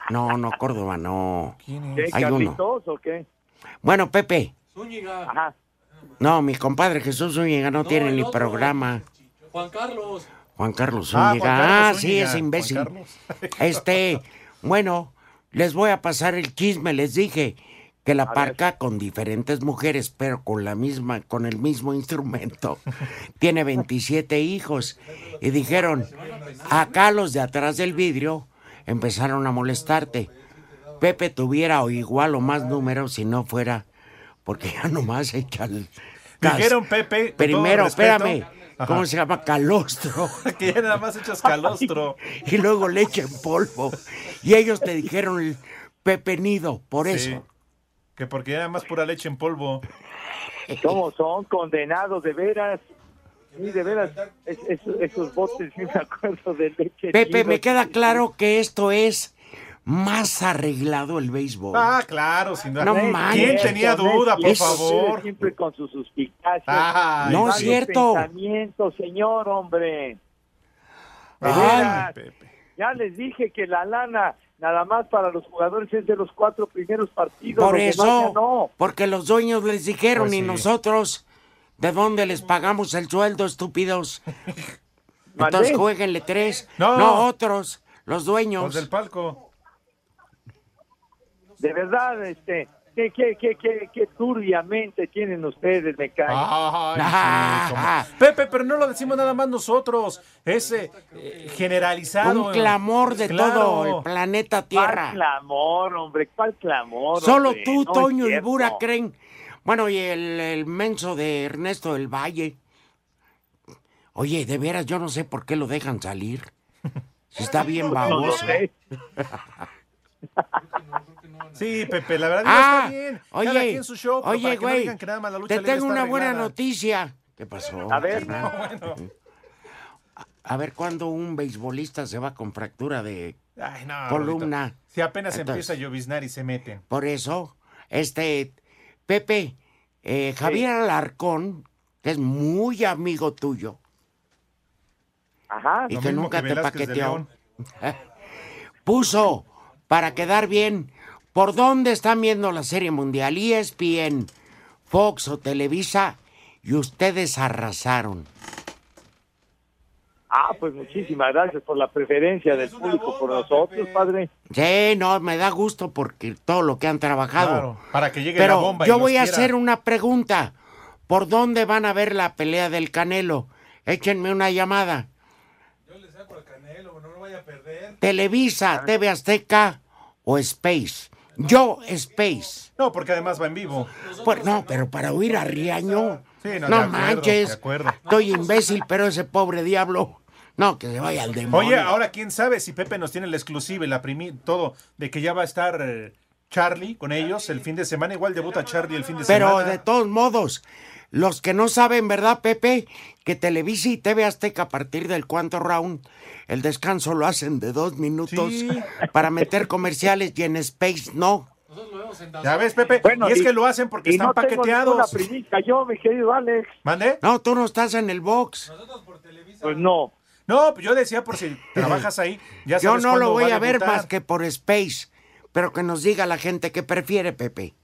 Speaker 7: No, no, Córdoba, no.
Speaker 6: ¿quién
Speaker 3: ¿Qué,
Speaker 6: es?
Speaker 7: Mm. Hay uno. Eh,
Speaker 3: Carlitos o qué?
Speaker 7: Bueno, Pepe,
Speaker 15: Zúñiga.
Speaker 3: Ajá.
Speaker 7: no, mi compadre Jesús Zúñiga no,
Speaker 15: No,
Speaker 7: tiene
Speaker 15: el
Speaker 7: ni
Speaker 15: otro. eh.
Speaker 7: programa.
Speaker 15: Juan Carlos.
Speaker 7: Juan Carlos
Speaker 6: Ah, Juan
Speaker 7: Zúñiga. Ah,
Speaker 6: Carlos
Speaker 7: sí,
Speaker 6: Zúñiga.
Speaker 7: es imbécil.
Speaker 6: Juan Carlos.
Speaker 7: Este, bueno, les voy a pasar el chisme, les dije que la parca con diferentes mujeres, pero con la misma, con el mismo instrumento, tiene 27 hijos. Y dijeron, acá los de atrás del vidrio empezaron a molestarte. Pepe tuviera o igual o más números si no fuera, porque ya nomás echa el... cas-
Speaker 6: Dijeron Pepe. con todo
Speaker 7: Primero,
Speaker 6: respeto-
Speaker 7: espérame, ¿cómo
Speaker 6: Ajá.
Speaker 7: se llama? Calostro.
Speaker 6: que ya nada más echas calostro.
Speaker 7: y luego leche en polvo. Y ellos te dijeron el Pepe Nido, por
Speaker 6: Sí.
Speaker 7: eso.
Speaker 6: Que porque era más pura leche en polvo.
Speaker 7: eh.
Speaker 3: ¿Cómo son condenados de veras? Sí, de veras, es- es- esos botes, sí me acuerdo de leche.
Speaker 7: Pepe,
Speaker 3: Nido.
Speaker 7: me queda claro que esto es más arreglado el béisbol.
Speaker 6: Ah, claro, sin duda.
Speaker 7: No
Speaker 6: ¿Quién
Speaker 7: manches.
Speaker 6: tenía duda, por
Speaker 7: Es-
Speaker 6: favor?
Speaker 3: Siempre con sus suspicacias.
Speaker 6: Ay,
Speaker 7: No
Speaker 3: Malos
Speaker 7: es cierto.
Speaker 3: pensamientos, señor, hombre. De
Speaker 7: Ay,
Speaker 3: veras, ya les dije que la lana nada más para los jugadores es de los cuatro primeros partidos.
Speaker 7: Por
Speaker 3: los demás
Speaker 7: eso,
Speaker 3: ya no.
Speaker 7: porque los dueños les dijeron
Speaker 3: Pues
Speaker 7: y
Speaker 3: sí.
Speaker 7: nosotros, ¿de dónde les pagamos el sueldo, estúpidos? Entonces
Speaker 6: ¿Mandé?
Speaker 7: jueguenle tres,
Speaker 6: No.
Speaker 7: no, otros, los dueños.
Speaker 6: Los del palco.
Speaker 3: De verdad, este, qué, qué, qué, qué, qué turbiamente tienen ustedes, me caen.
Speaker 7: Ah,
Speaker 6: Ay, sí, cómo- Pepe, pero no lo decimos nada más nosotros. Es eh, eh, generalizado.
Speaker 7: Un clamor de
Speaker 6: pues Claro.
Speaker 7: todo el planeta Tierra.
Speaker 3: ¿Cuál clamor, hombre? ¿Cuál clamor?
Speaker 7: Solo
Speaker 3: hombre?
Speaker 7: tú,
Speaker 3: No es
Speaker 7: Toño y
Speaker 3: cierto.
Speaker 7: Bura creen. Bueno, y el, el menso de Ernesto del Valle. Oye, de veras, yo no sé por qué lo dejan salir. Si está bien baboso.
Speaker 6: Sí, Pepe, la verdad
Speaker 7: Ah,
Speaker 6: digo, está bien. Cada
Speaker 7: oye,
Speaker 6: quien su show, pero para
Speaker 7: oye,
Speaker 6: que no
Speaker 7: güey,
Speaker 6: digan que nada más la lucha
Speaker 7: te
Speaker 6: libre
Speaker 7: tengo
Speaker 6: está
Speaker 7: una buena
Speaker 6: arreglada.
Speaker 7: noticia. ¿Qué pasó?
Speaker 3: A ver.
Speaker 7: carnal?
Speaker 6: No, bueno.
Speaker 7: A ver, ¿cuándo un beisbolista se va con fractura de
Speaker 6: Ay, no,
Speaker 7: columna?
Speaker 6: Rudito. Si apenas
Speaker 7: Entonces-
Speaker 6: empieza a lloviznar y se meten.
Speaker 7: Por eso, este, Pepe, eh, Javier Alarcón, que es muy amigo tuyo,
Speaker 3: Ajá.
Speaker 7: y
Speaker 6: Lo
Speaker 7: que
Speaker 6: mismo
Speaker 7: nunca
Speaker 6: que
Speaker 7: te
Speaker 6: Velázquez de
Speaker 7: paqueteó.
Speaker 6: León.
Speaker 7: Puso para quedar bien por dónde están viendo la Serie Mundial, E ESPN, Fox o Televisa, y ustedes arrasaron.
Speaker 3: Ah, pues muchísimas gracias por la preferencia del público por nosotros, padre.
Speaker 7: Sí, no, me da gusto porque todo lo que han trabajado.
Speaker 6: Claro, para que llegue
Speaker 7: Pero
Speaker 6: la bomba. y
Speaker 7: yo
Speaker 6: los
Speaker 7: voy a
Speaker 6: quiera.
Speaker 7: hacer una pregunta. ¿Por dónde van a ver la pelea del Canelo? Échenme una llamada. Yo le saco al Canelo, no lo vaya a perder. Televisa, TV Azteca o Space. Yo, Space.
Speaker 6: No, porque además va en vivo.
Speaker 7: Pues no, pero para huir a Riaño.
Speaker 6: Sí, no,
Speaker 7: no
Speaker 6: de acuerdo, de
Speaker 7: manches.
Speaker 6: acuerdo.
Speaker 7: Estoy imbécil, pero ese pobre diablo. No, que se vaya al demonio.
Speaker 6: Oye, ahora quién sabe si Pepe nos tiene la exclusiva, y la primi, todo, de que ya va a estar eh, Charlie con ellos el fin de semana. Igual debuta Charlie el fin de
Speaker 7: Pero
Speaker 6: semana.
Speaker 7: de todos modos, los que no saben, ¿verdad, Pepe? Que Televisa y TV Azteca a partir del cuarto round, el descanso lo hacen de dos minutos para meter comerciales y en Space no.
Speaker 6: Ya ves, Pepe. y es que lo hacen porque
Speaker 3: y
Speaker 6: están
Speaker 3: no tengo ninguna
Speaker 6: paqueteados.
Speaker 3: primicia yo, mi querido Alex.
Speaker 6: ¿Mande?
Speaker 7: No, tú no estás en el box.
Speaker 3: Pues no.
Speaker 6: No, pues yo decía por si trabajas ahí, ya
Speaker 7: Yo
Speaker 6: sabes
Speaker 7: no lo
Speaker 6: cuándo
Speaker 7: voy
Speaker 6: va
Speaker 7: a ver
Speaker 6: debutar.
Speaker 7: más que por Space. Pero que nos diga la gente que prefiere, Pepe.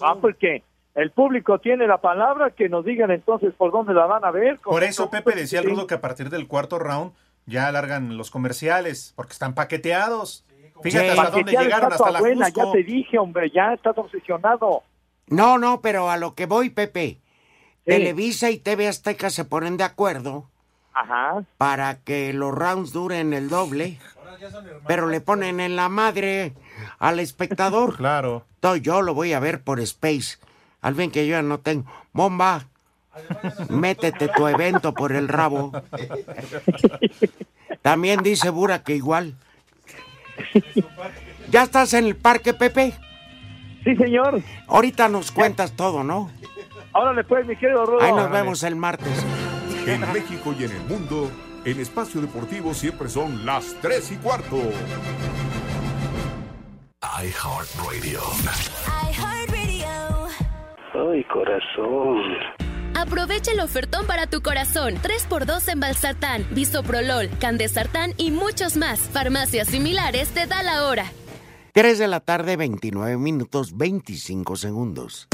Speaker 3: Ah, porque el público tiene la palabra, que nos digan entonces por dónde la van a ver. pues,
Speaker 6: Por eso Pepe decía el rudo que a partir del cuarto round ya alargan los comerciales porque están paqueteados. Fíjate
Speaker 7: Sí.
Speaker 6: hasta dónde llegaron, hasta la
Speaker 3: abuela, Ya
Speaker 6: Cusco.
Speaker 3: te dije, hombre, ya estás obsesionado.
Speaker 7: No, no, pero a lo que voy, Pepe.
Speaker 3: Sí.
Speaker 7: Televisa y TV Azteca se ponen de acuerdo
Speaker 3: Ajá.
Speaker 7: para que los rounds duren el doble. Pero le ponen en la madre al espectador.
Speaker 6: Claro.
Speaker 7: Entonces, yo lo voy a ver por Space. Al bien que yo ya no tengo. Bomba, métete tu evento por el rabo. También dice Bura que igual. ¿Ya estás en el parque, Pepe?
Speaker 3: Sí, señor.
Speaker 7: Ahorita nos cuentas todo, ¿no?
Speaker 3: Órale, pues, mi querido Rudo.
Speaker 7: Ahí nos vemos el martes.
Speaker 16: En México y en el mundo, en espacio deportivo siempre son las 3 y cuarto.
Speaker 14: iHeartRadio.
Speaker 17: Ay, corazón.
Speaker 18: Aprovecha el ofertón para tu corazón. 3x2 en Balsartán, Bisoprolol, Candesartán y muchos más. Farmacias similares te da la hora.
Speaker 7: 3 de la tarde, 29 minutos, 25 segundos.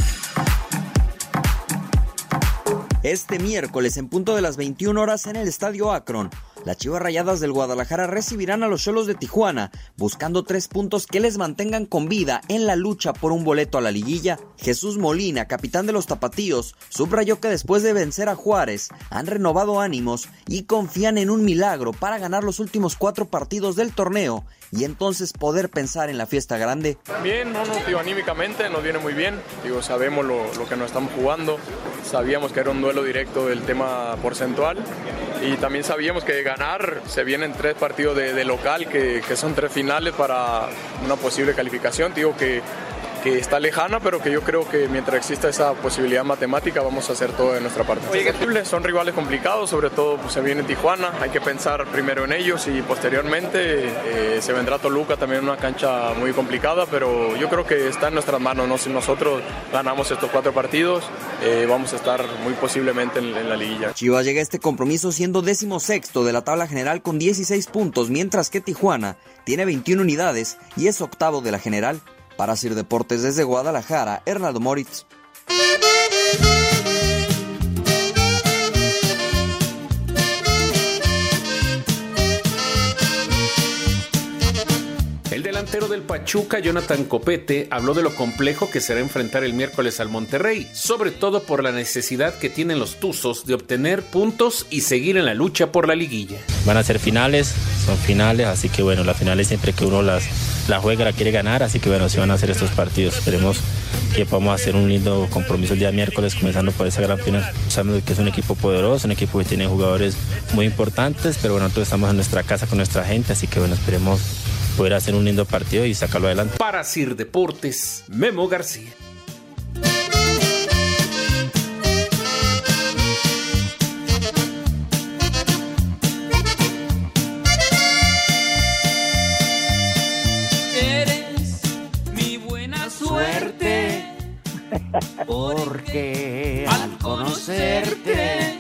Speaker 19: Este miércoles, en punto de las 21 horas, en el Estadio Akron, Las Chivas Rayadas del Guadalajara recibirán a los Cholos de Tijuana, buscando tres puntos que les mantengan con vida en la lucha por un boleto a la liguilla. Jesús Molina, capitán de los Tapatíos, subrayó que después de vencer a Juárez, han renovado ánimos y confían en un milagro para ganar los últimos cuatro partidos del torneo y entonces poder pensar en la fiesta grande.
Speaker 20: Bien, no, no, digo, anímicamente nos viene muy bien. Digo, sabemos lo, lo que nos estamos jugando, sabíamos que era un duelo directo del tema porcentual y también sabíamos que ganar se vienen tres partidos de, de local que, que, son tres finales para una posible calificación. Digo que, que está lejana, pero que yo creo que mientras exista esa posibilidad matemática vamos a hacer todo de nuestra parte. Oye, son rivales complicados, sobre todo pues, se viene Tijuana, hay que pensar primero en ellos y posteriormente eh, se vendrá Toluca también una cancha muy complicada, pero yo creo que está en nuestras manos, ¿no? si nosotros ganamos estos cuatro partidos eh, vamos a estar muy posiblemente en, en, la liguilla.
Speaker 19: Chivas llega a este compromiso siendo décimo sexto de la tabla general con 16 puntos, mientras que Tijuana tiene 21 unidades y es octavo de la general. Para Sir Deportes desde Guadalajara, Hernando Moritz.
Speaker 21: El delantero del Pachuca, Jonathan Copete, habló de lo complejo que será enfrentar el miércoles al Monterrey, sobre todo por la necesidad que tienen los Tuzos de obtener puntos y seguir en la lucha por la liguilla.
Speaker 22: Van a ser finales, son finales, así que bueno, las finales siempre que uno las la juega, la quiere ganar, así que bueno, se van a hacer estos partidos. Esperemos que podamos hacer un lindo compromiso el día miércoles, comenzando por esa gran final. Sabemos que es un equipo poderoso, un equipo que tiene jugadores muy importantes, pero bueno, todos estamos en nuestra casa con nuestra gente, así que bueno, esperemos poder hacer un lindo partido y sacarlo adelante.
Speaker 21: Para Sir Deportes, Memo García.
Speaker 23: Eres mi buena suerte.
Speaker 7: Porque al conocerte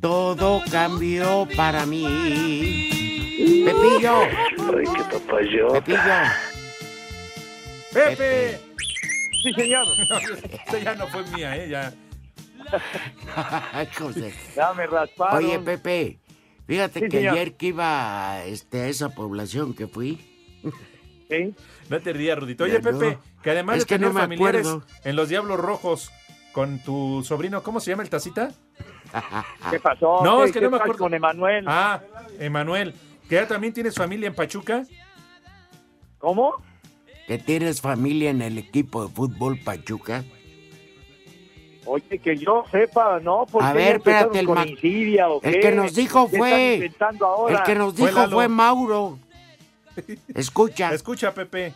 Speaker 7: todo cambió para mí. Pepillo.
Speaker 17: Ay, qué papayota.
Speaker 7: Pepillo.
Speaker 6: Pepe. Pepe. Sí, señor. Esta ya no fue mía, ¿eh? Ya.
Speaker 7: Ay, José.
Speaker 3: Ya me rasparon.
Speaker 7: Oye, Pepe. Fíjate sí, que señor. ayer que iba este, a esa población que fui.
Speaker 3: ¿Sí?
Speaker 6: No te rías, Rudito. Oye, no. Pepe, que además es de que tener no me familiares acuerdo. en los Diablos Rojos con tu sobrino, ¿cómo se llama el tacita?
Speaker 7: Ah.
Speaker 3: ¿Qué pasó?
Speaker 6: No, es que no me acuerdo.
Speaker 3: Con Emanuel.
Speaker 6: Ah, Emanuel. ¿Que ya también tienes familia en Pachuca?
Speaker 3: ¿Cómo?
Speaker 7: ¿Que tienes familia en el equipo de fútbol Pachuca?
Speaker 3: Oye, que yo sepa, ¿no? Porque
Speaker 7: a ver, espérate, el,
Speaker 3: con insidia, ¿o
Speaker 7: el qué? que nos dijo fue...
Speaker 3: Ahora?
Speaker 7: El que nos dijo Fuélalo. fue Mauro. Escucha.
Speaker 6: Escucha, Pepe.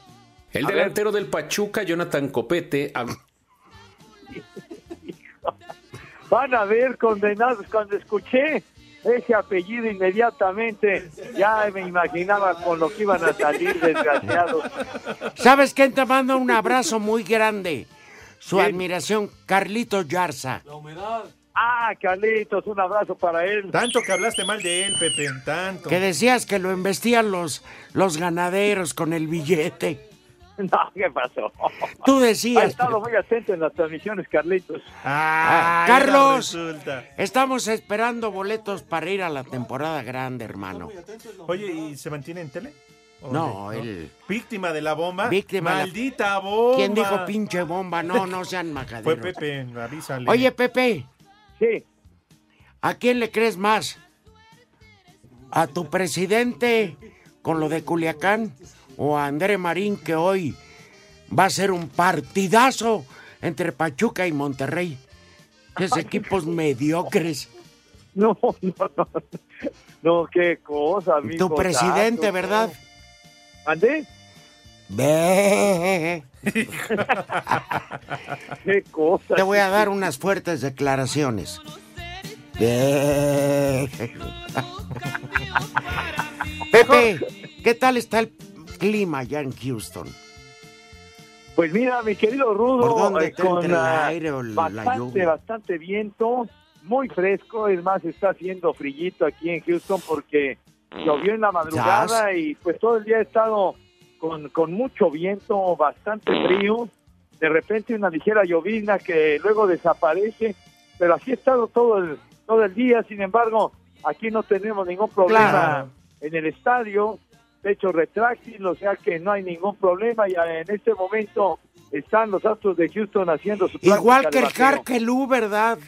Speaker 21: El a delantero ver. del Pachuca, Jonathan Copete... A...
Speaker 3: Van a ver condenados cuando escuché ese apellido inmediatamente. Ya me imaginaba con lo que iban a salir desgraciados.
Speaker 7: ¿Sabes quién te manda un abrazo muy grande? Su ¿Quién? admiración, Carlitos Yarza.
Speaker 15: La humedad.
Speaker 3: Ah, Carlitos, un abrazo para él.
Speaker 6: Tanto que hablaste mal de él, Pepe, tanto.
Speaker 7: Que decías que lo investían los, los ganaderos con el billete.
Speaker 3: No, ¿qué pasó?
Speaker 7: Tú decías. Ha
Speaker 3: estado muy atento en las transmisiones, Carlitos.
Speaker 7: Ah, Carlos, estamos esperando boletos para ir a la temporada grande, hermano.
Speaker 6: Oye, ¿y se mantiene en tele?
Speaker 7: No, no, él.
Speaker 6: Víctima de la bomba.
Speaker 7: Víctima.
Speaker 6: Maldita la... bomba.
Speaker 7: ¿Quién dijo pinche bomba? No, no sean majaderos.
Speaker 6: Fue Pepe, avísale.
Speaker 7: Oye, Pepe.
Speaker 3: Sí.
Speaker 7: ¿A quién le crees más? ¿A tu presidente con lo de Culiacán? o a André Marín que hoy va a ser un partidazo entre Pachuca y Monterrey. Esos equipos mediocres.
Speaker 3: No, no, no, no qué cosa, mi
Speaker 7: Tu presidente, tato, ¿verdad?
Speaker 3: ¿André? qué cosa.
Speaker 7: Te voy a dar unas fuertes declaraciones. Pepe, ¿qué tal está el clima allá en Houston?
Speaker 3: Pues mira, mi querido Rudo, ah,
Speaker 7: ¿Por eh, con el aire o la
Speaker 3: bastante,
Speaker 7: lluvia?
Speaker 3: bastante viento, muy fresco, es más, está haciendo frillito aquí en Houston porque llovió en la madrugada ¿Sas? y pues todo el día ha estado con, con mucho viento, bastante frío, de repente una ligera llovizna que luego desaparece, pero así ha estado todo el, todo el día, sin embargo, Aquí no tenemos ningún problema
Speaker 6: Claro.
Speaker 3: en el estadio, techo retráctil, o sea que no hay ningún problema y en este momento están los Astros de Houston haciendo su
Speaker 7: Igual
Speaker 3: práctica
Speaker 7: que
Speaker 3: de
Speaker 7: el
Speaker 3: bateo.
Speaker 7: Carquelú, ¿verdad?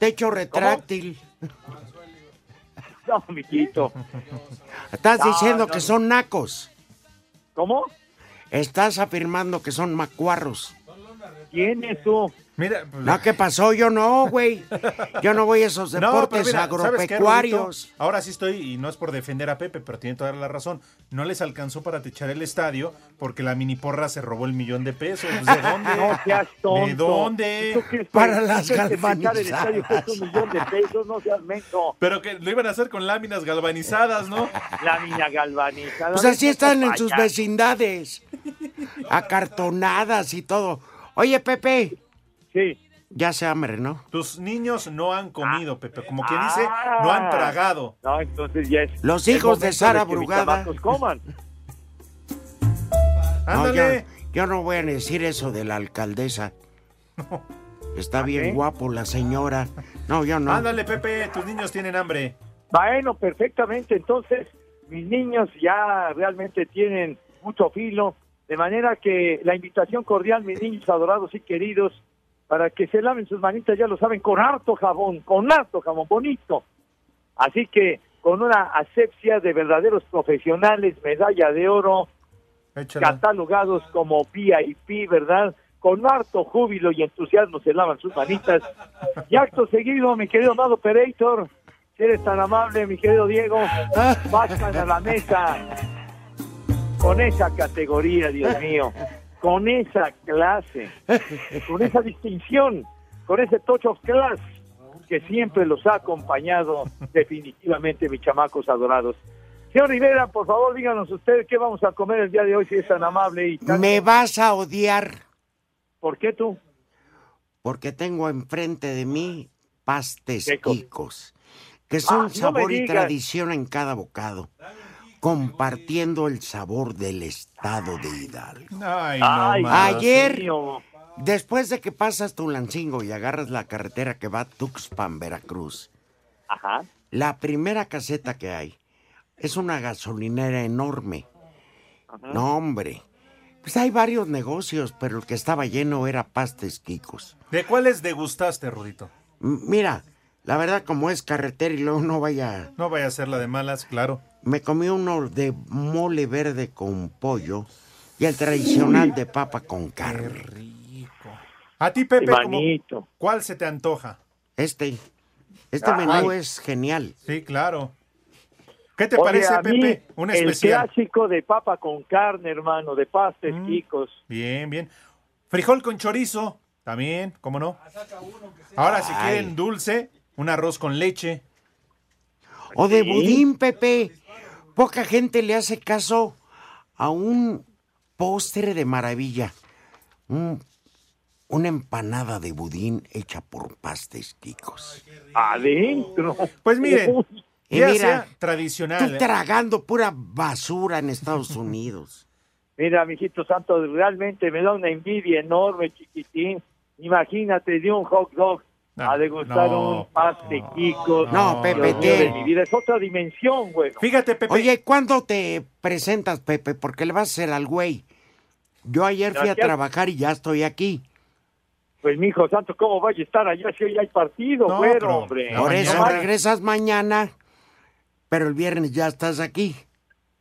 Speaker 7: Techo retráctil.
Speaker 3: No, mijito.
Speaker 7: Estás
Speaker 3: No,
Speaker 6: Ah,
Speaker 7: diciendo
Speaker 3: no.
Speaker 7: que son nacos.
Speaker 3: ¿Cómo?
Speaker 7: Estás afirmando que son macuarros.
Speaker 3: ¿Quién es tú?
Speaker 6: Mira, pues,
Speaker 7: No, ¿qué pasó? Yo no, güey. Yo no voy a esos
Speaker 6: No, pero
Speaker 7: deportes
Speaker 6: mira, ¿sabes qué,
Speaker 7: agropecuarios.
Speaker 6: Rudito? Ahora sí estoy, y no es por defender a Pepe, pero tiene toda la razón. No les alcanzó para techar el estadio porque la mini porra se robó el millón de pesos. Pues, ¿De dónde?
Speaker 3: No seas tonto.
Speaker 6: ¿De dónde?
Speaker 3: ¿Tú qué crees?
Speaker 7: Ah, Para
Speaker 3: ¿Tú
Speaker 7: las
Speaker 3: crees que pintar el
Speaker 7: galvanizadas.
Speaker 3: estadio cuesta un millón de pesos? No seas mento.
Speaker 6: Pero que lo iban a hacer con láminas galvanizadas, ¿no?
Speaker 3: Lámina galvanizada.
Speaker 7: Pues así están en sus vecindades. Acartonadas y todo. Oye, Pepe.
Speaker 3: Sí.
Speaker 7: Ya se hambre, ¿no?
Speaker 6: Tus niños no han comido, Pepe. Como quien dice,
Speaker 7: Ah.
Speaker 6: no han tragado.
Speaker 3: No, entonces ya es.
Speaker 7: Los
Speaker 3: es
Speaker 7: hijos de
Speaker 3: momento
Speaker 7: Sara
Speaker 3: que mis
Speaker 7: Brugada.
Speaker 3: chamacos coman.
Speaker 7: No, yo,
Speaker 6: Ándale.
Speaker 7: yo no voy a decir eso de la alcaldesa. Está
Speaker 3: qué?
Speaker 7: bien guapo la señora. No, yo no.
Speaker 6: Ándale, Pepe, tus niños tienen hambre.
Speaker 3: Bueno, perfectamente. Entonces, mis niños ya realmente tienen mucho filo. De manera que la invitación cordial, mis niños adorados y queridos, para que se laven sus manitas, ya lo saben, con harto jabón, con harto jabón bonito. Así que con una asepsia de verdaderos profesionales, medalla de oro,
Speaker 6: Échala.
Speaker 3: catalogados como VIP, ¿verdad? Con harto júbilo y entusiasmo se lavan sus manitas. Y acto seguido, mi querido amado Operator, si eres tan amable, mi querido Diego, pasan a la mesa con esa categoría, Dios mío, con esa clase, eh, con esa distinción, con ese touch of class que siempre los ha acompañado definitivamente, mis chamacos adorados. Señor Rivera, por favor, díganos ustedes qué vamos a comer el día de hoy, si es tan amable y tan...
Speaker 7: Me vas a odiar
Speaker 3: ¿Por qué tú?
Speaker 7: porque tengo enfrente de mí pastes
Speaker 3: ¿Qué cosa?
Speaker 7: quicos, que son
Speaker 3: Ah, no
Speaker 7: sabor
Speaker 3: me
Speaker 7: y
Speaker 3: digas.
Speaker 7: tradición en cada bocado, compartiendo el sabor del estado de Hidalgo.
Speaker 6: Ay, no,
Speaker 3: Ay,
Speaker 6: más.
Speaker 7: Ayer,
Speaker 3: Mío.
Speaker 7: después de que pasas Tulancingo y agarras la carretera que va a Tuxpan, Veracruz,
Speaker 3: Ajá.
Speaker 7: la primera caseta que hay es una gasolinera enorme. No, hombre. Pues hay varios negocios, pero el que estaba lleno era pastes quicos.
Speaker 6: ¿De cuáles degustaste, Rudito?
Speaker 7: M- Mira, la verdad como es carretera y luego no vaya...
Speaker 6: No vaya a ser la de malas, claro.
Speaker 7: Me comí uno de mole verde con pollo y el tradicional de papa con carne.
Speaker 6: A ti, Pepe, ¿cómo-
Speaker 3: Manito.
Speaker 6: ¿cuál se te antoja?
Speaker 7: Este, este
Speaker 3: Ay.
Speaker 7: menú es genial.
Speaker 6: Sí, claro. ¿Qué te
Speaker 3: Oye,
Speaker 6: parece,
Speaker 3: a mí,
Speaker 6: Pepe? Un
Speaker 3: el
Speaker 6: especial. Mm.
Speaker 3: clásico de papa con carne, hermano, de pastes, chicos.
Speaker 6: Bien, bien. Frijol con chorizo, también, ¿cómo no? Ahora, si
Speaker 7: Ay.
Speaker 6: quieren dulce, un arroz con leche.
Speaker 7: O de
Speaker 3: ¿Sí?
Speaker 7: budín, Pepe. Poca gente le hace caso a un postre de maravilla. Un- una empanada de budín hecha por pastes quicos.
Speaker 3: Adentro.
Speaker 6: Pues miren,
Speaker 3: Uy,
Speaker 7: Y
Speaker 6: ya
Speaker 7: mira,
Speaker 6: sea
Speaker 7: Tú
Speaker 6: tradicional. ¿eh?
Speaker 7: tragando pura basura en Estados Unidos.
Speaker 3: Mira, mijito santo, realmente me da una envidia enorme, chiquitín. Imagínate de un hot dog
Speaker 6: No,
Speaker 3: a degustar
Speaker 6: no,
Speaker 3: un paste, chicos.
Speaker 7: No,
Speaker 3: Dios
Speaker 7: Pepe,
Speaker 3: mío
Speaker 7: te-
Speaker 3: de mi vida, es otra dimensión, güey.
Speaker 6: Fíjate, Pepe.
Speaker 7: Oye, ¿cuándo te presentas, Pepe? Porque le vas a hacer al güey. Yo ayer fui a
Speaker 3: Gracias.
Speaker 7: trabajar y ya estoy aquí.
Speaker 3: Pues, mijo santo, ¿cómo vaya a estar allá si hoy hay partido,
Speaker 6: No,
Speaker 3: güero,
Speaker 6: pero-
Speaker 3: hombre?
Speaker 6: La
Speaker 7: Por eso
Speaker 6: mañana.
Speaker 7: regresas mañana, pero el viernes ya estás aquí.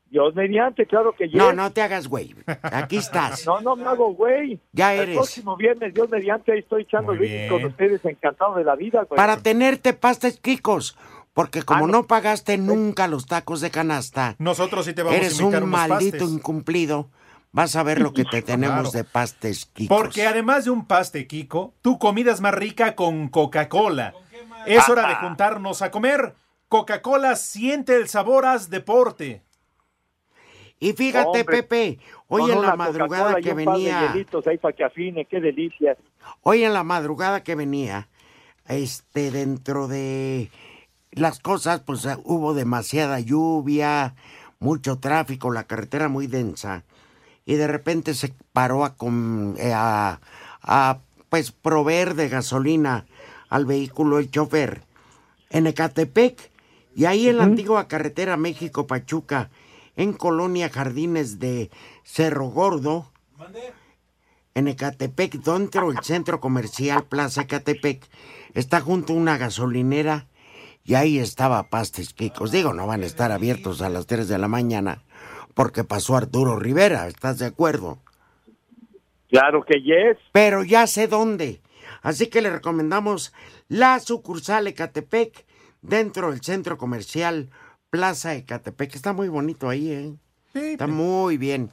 Speaker 3: Dios mediante, claro que
Speaker 7: No,
Speaker 3: yes.
Speaker 7: no te hagas güey. Aquí estás.
Speaker 3: No, no me hago güey.
Speaker 7: Ya
Speaker 3: El
Speaker 7: eres.
Speaker 3: próximo viernes, Dios mediante, ahí estoy echando
Speaker 6: Muy
Speaker 3: gritos
Speaker 6: bien.
Speaker 3: con ustedes, encantado de la vida, güey.
Speaker 7: Para tenerte pastes quicos. Porque como
Speaker 3: pues Ah, no.
Speaker 7: no. pagaste nunca los tacos de canasta,
Speaker 6: Nosotros sí te vamos
Speaker 7: eres
Speaker 6: a invitar
Speaker 7: un
Speaker 6: unos
Speaker 7: maldito
Speaker 6: pastes.
Speaker 7: incumplido. Vas a ver lo que te tenemos de pastes quicos.
Speaker 6: Porque además de un paste, Kiko, tu comida es más rica con Coca-Cola. Es hora de juntarnos a comer. Coca-Cola siente el sabor haz deporte.
Speaker 7: Y fíjate,
Speaker 3: Hombre,
Speaker 7: Pepe, hoy
Speaker 3: Con
Speaker 7: en la
Speaker 3: una
Speaker 7: madrugada
Speaker 3: Coca-Cola y
Speaker 7: que
Speaker 3: un par de
Speaker 7: venía...
Speaker 3: hielitos ahí para que afine, qué delicia.
Speaker 7: Hoy en la madrugada que venía, este, dentro de las cosas, pues ah, hubo demasiada lluvia, mucho tráfico, la carretera muy densa, y de repente se paró a, com- eh, a- a, pues proveer de gasolina al vehículo el chofer en Ecatepec, Y ahí en la antigua carretera México-Pachuca, en Colonia Jardines de Cerro Gordo, en Ecatepec, dentro del centro comercial Plaza Ecatepec, está junto a una gasolinera y ahí estaba Pastes Quicos. Digo, no van a estar abiertos a las 3 de la mañana porque pasó Arturo Rivera, ¿estás de acuerdo?
Speaker 3: Claro que yes.
Speaker 7: Pero ya sé dónde. Así que le recomendamos la sucursal Ecatepec dentro del centro comercial Plaza Ecatepec. Está muy bonito ahí, ¿eh? Sí, Está muy bien.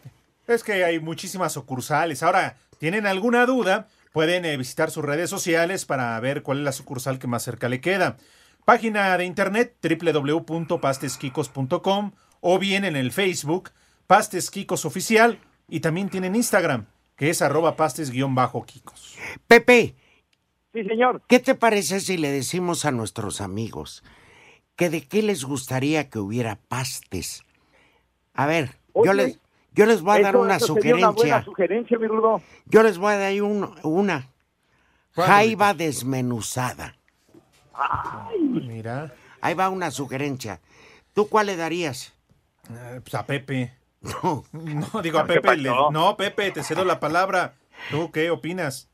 Speaker 6: Es que hay muchísimas sucursales. Ahora, ¿tienen alguna duda? Pueden eh, visitar sus redes sociales para ver cuál es la sucursal que más cerca le queda. Página de internet www.pastesquicos.com o bien en el Facebook Pastes Quicos Oficial y también tienen Instagram que es arroba pastes-quicos.
Speaker 7: Pepe.
Speaker 3: Sí, señor.
Speaker 7: ¿Qué te parece si le decimos a nuestros amigos que de qué les gustaría que hubiera pastes? A ver, Oye, yo, les, yo les voy a
Speaker 3: eso-
Speaker 7: dar una
Speaker 3: eso sería
Speaker 7: sugerencia.
Speaker 3: Una buena sugerencia, mi Rudo.
Speaker 7: Yo les voy a dar un- una.
Speaker 3: ¿Cuál?
Speaker 7: Jaiba desmenuzada.
Speaker 6: Mira.
Speaker 7: Ahí va una sugerencia. ¿Tú cuál le darías?
Speaker 6: Eh, pues a Pepe.
Speaker 7: No.
Speaker 6: No, digo a
Speaker 3: ¿Qué
Speaker 6: Pepe. le-
Speaker 3: pasó?
Speaker 6: no, Pepe, te cedo la palabra. ¿Tú qué opinas?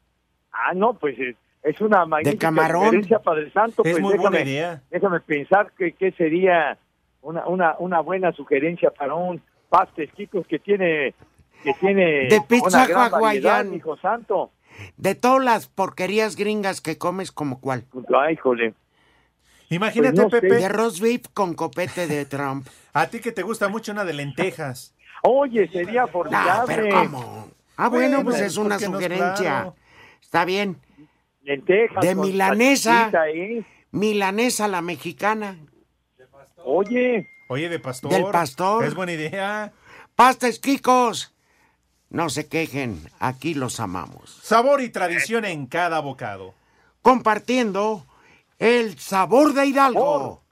Speaker 3: Ah, no, pues es, es una magnífica
Speaker 6: camarón?
Speaker 3: sugerencia, Padre Santo.
Speaker 6: Es
Speaker 3: pues
Speaker 6: muy buena
Speaker 3: déjame-
Speaker 6: idea.
Speaker 3: Déjame pensar que, que sería una, una, una buena sugerencia para un pastes chicos que tiene que tiene
Speaker 7: De pizza
Speaker 3: una gran variedad,
Speaker 7: hawaiana.
Speaker 3: hijo santo.
Speaker 7: De todas las porquerías gringas que comes, ¿como cuál?
Speaker 3: Ay, híjole.
Speaker 6: Imagínate,
Speaker 3: Pues no sé.
Speaker 6: Pepe.
Speaker 7: De roast beef con copete de Trump.
Speaker 6: A ti que te gusta mucho una de lentejas.
Speaker 3: Oye, sería
Speaker 7: Ah,
Speaker 3: formidable.
Speaker 7: pero ¿cómo? Ah, bueno, pues es una
Speaker 3: porque no,
Speaker 7: sugerencia.
Speaker 3: claro.
Speaker 7: Está bien.
Speaker 3: Lentejas
Speaker 7: De
Speaker 3: con
Speaker 7: milanesa.
Speaker 3: salchichita, ¿eh?
Speaker 7: Milanesa la mexicana.
Speaker 3: Oye,
Speaker 6: Oye, de pastor.
Speaker 7: Del pastor.
Speaker 6: Es buena idea.
Speaker 7: Pastes, Kikos. No se quejen, aquí los amamos.
Speaker 6: Sabor y tradición en cada bocado.
Speaker 7: Compartiendo el sabor de
Speaker 3: Oh.
Speaker 7: Hidalgo.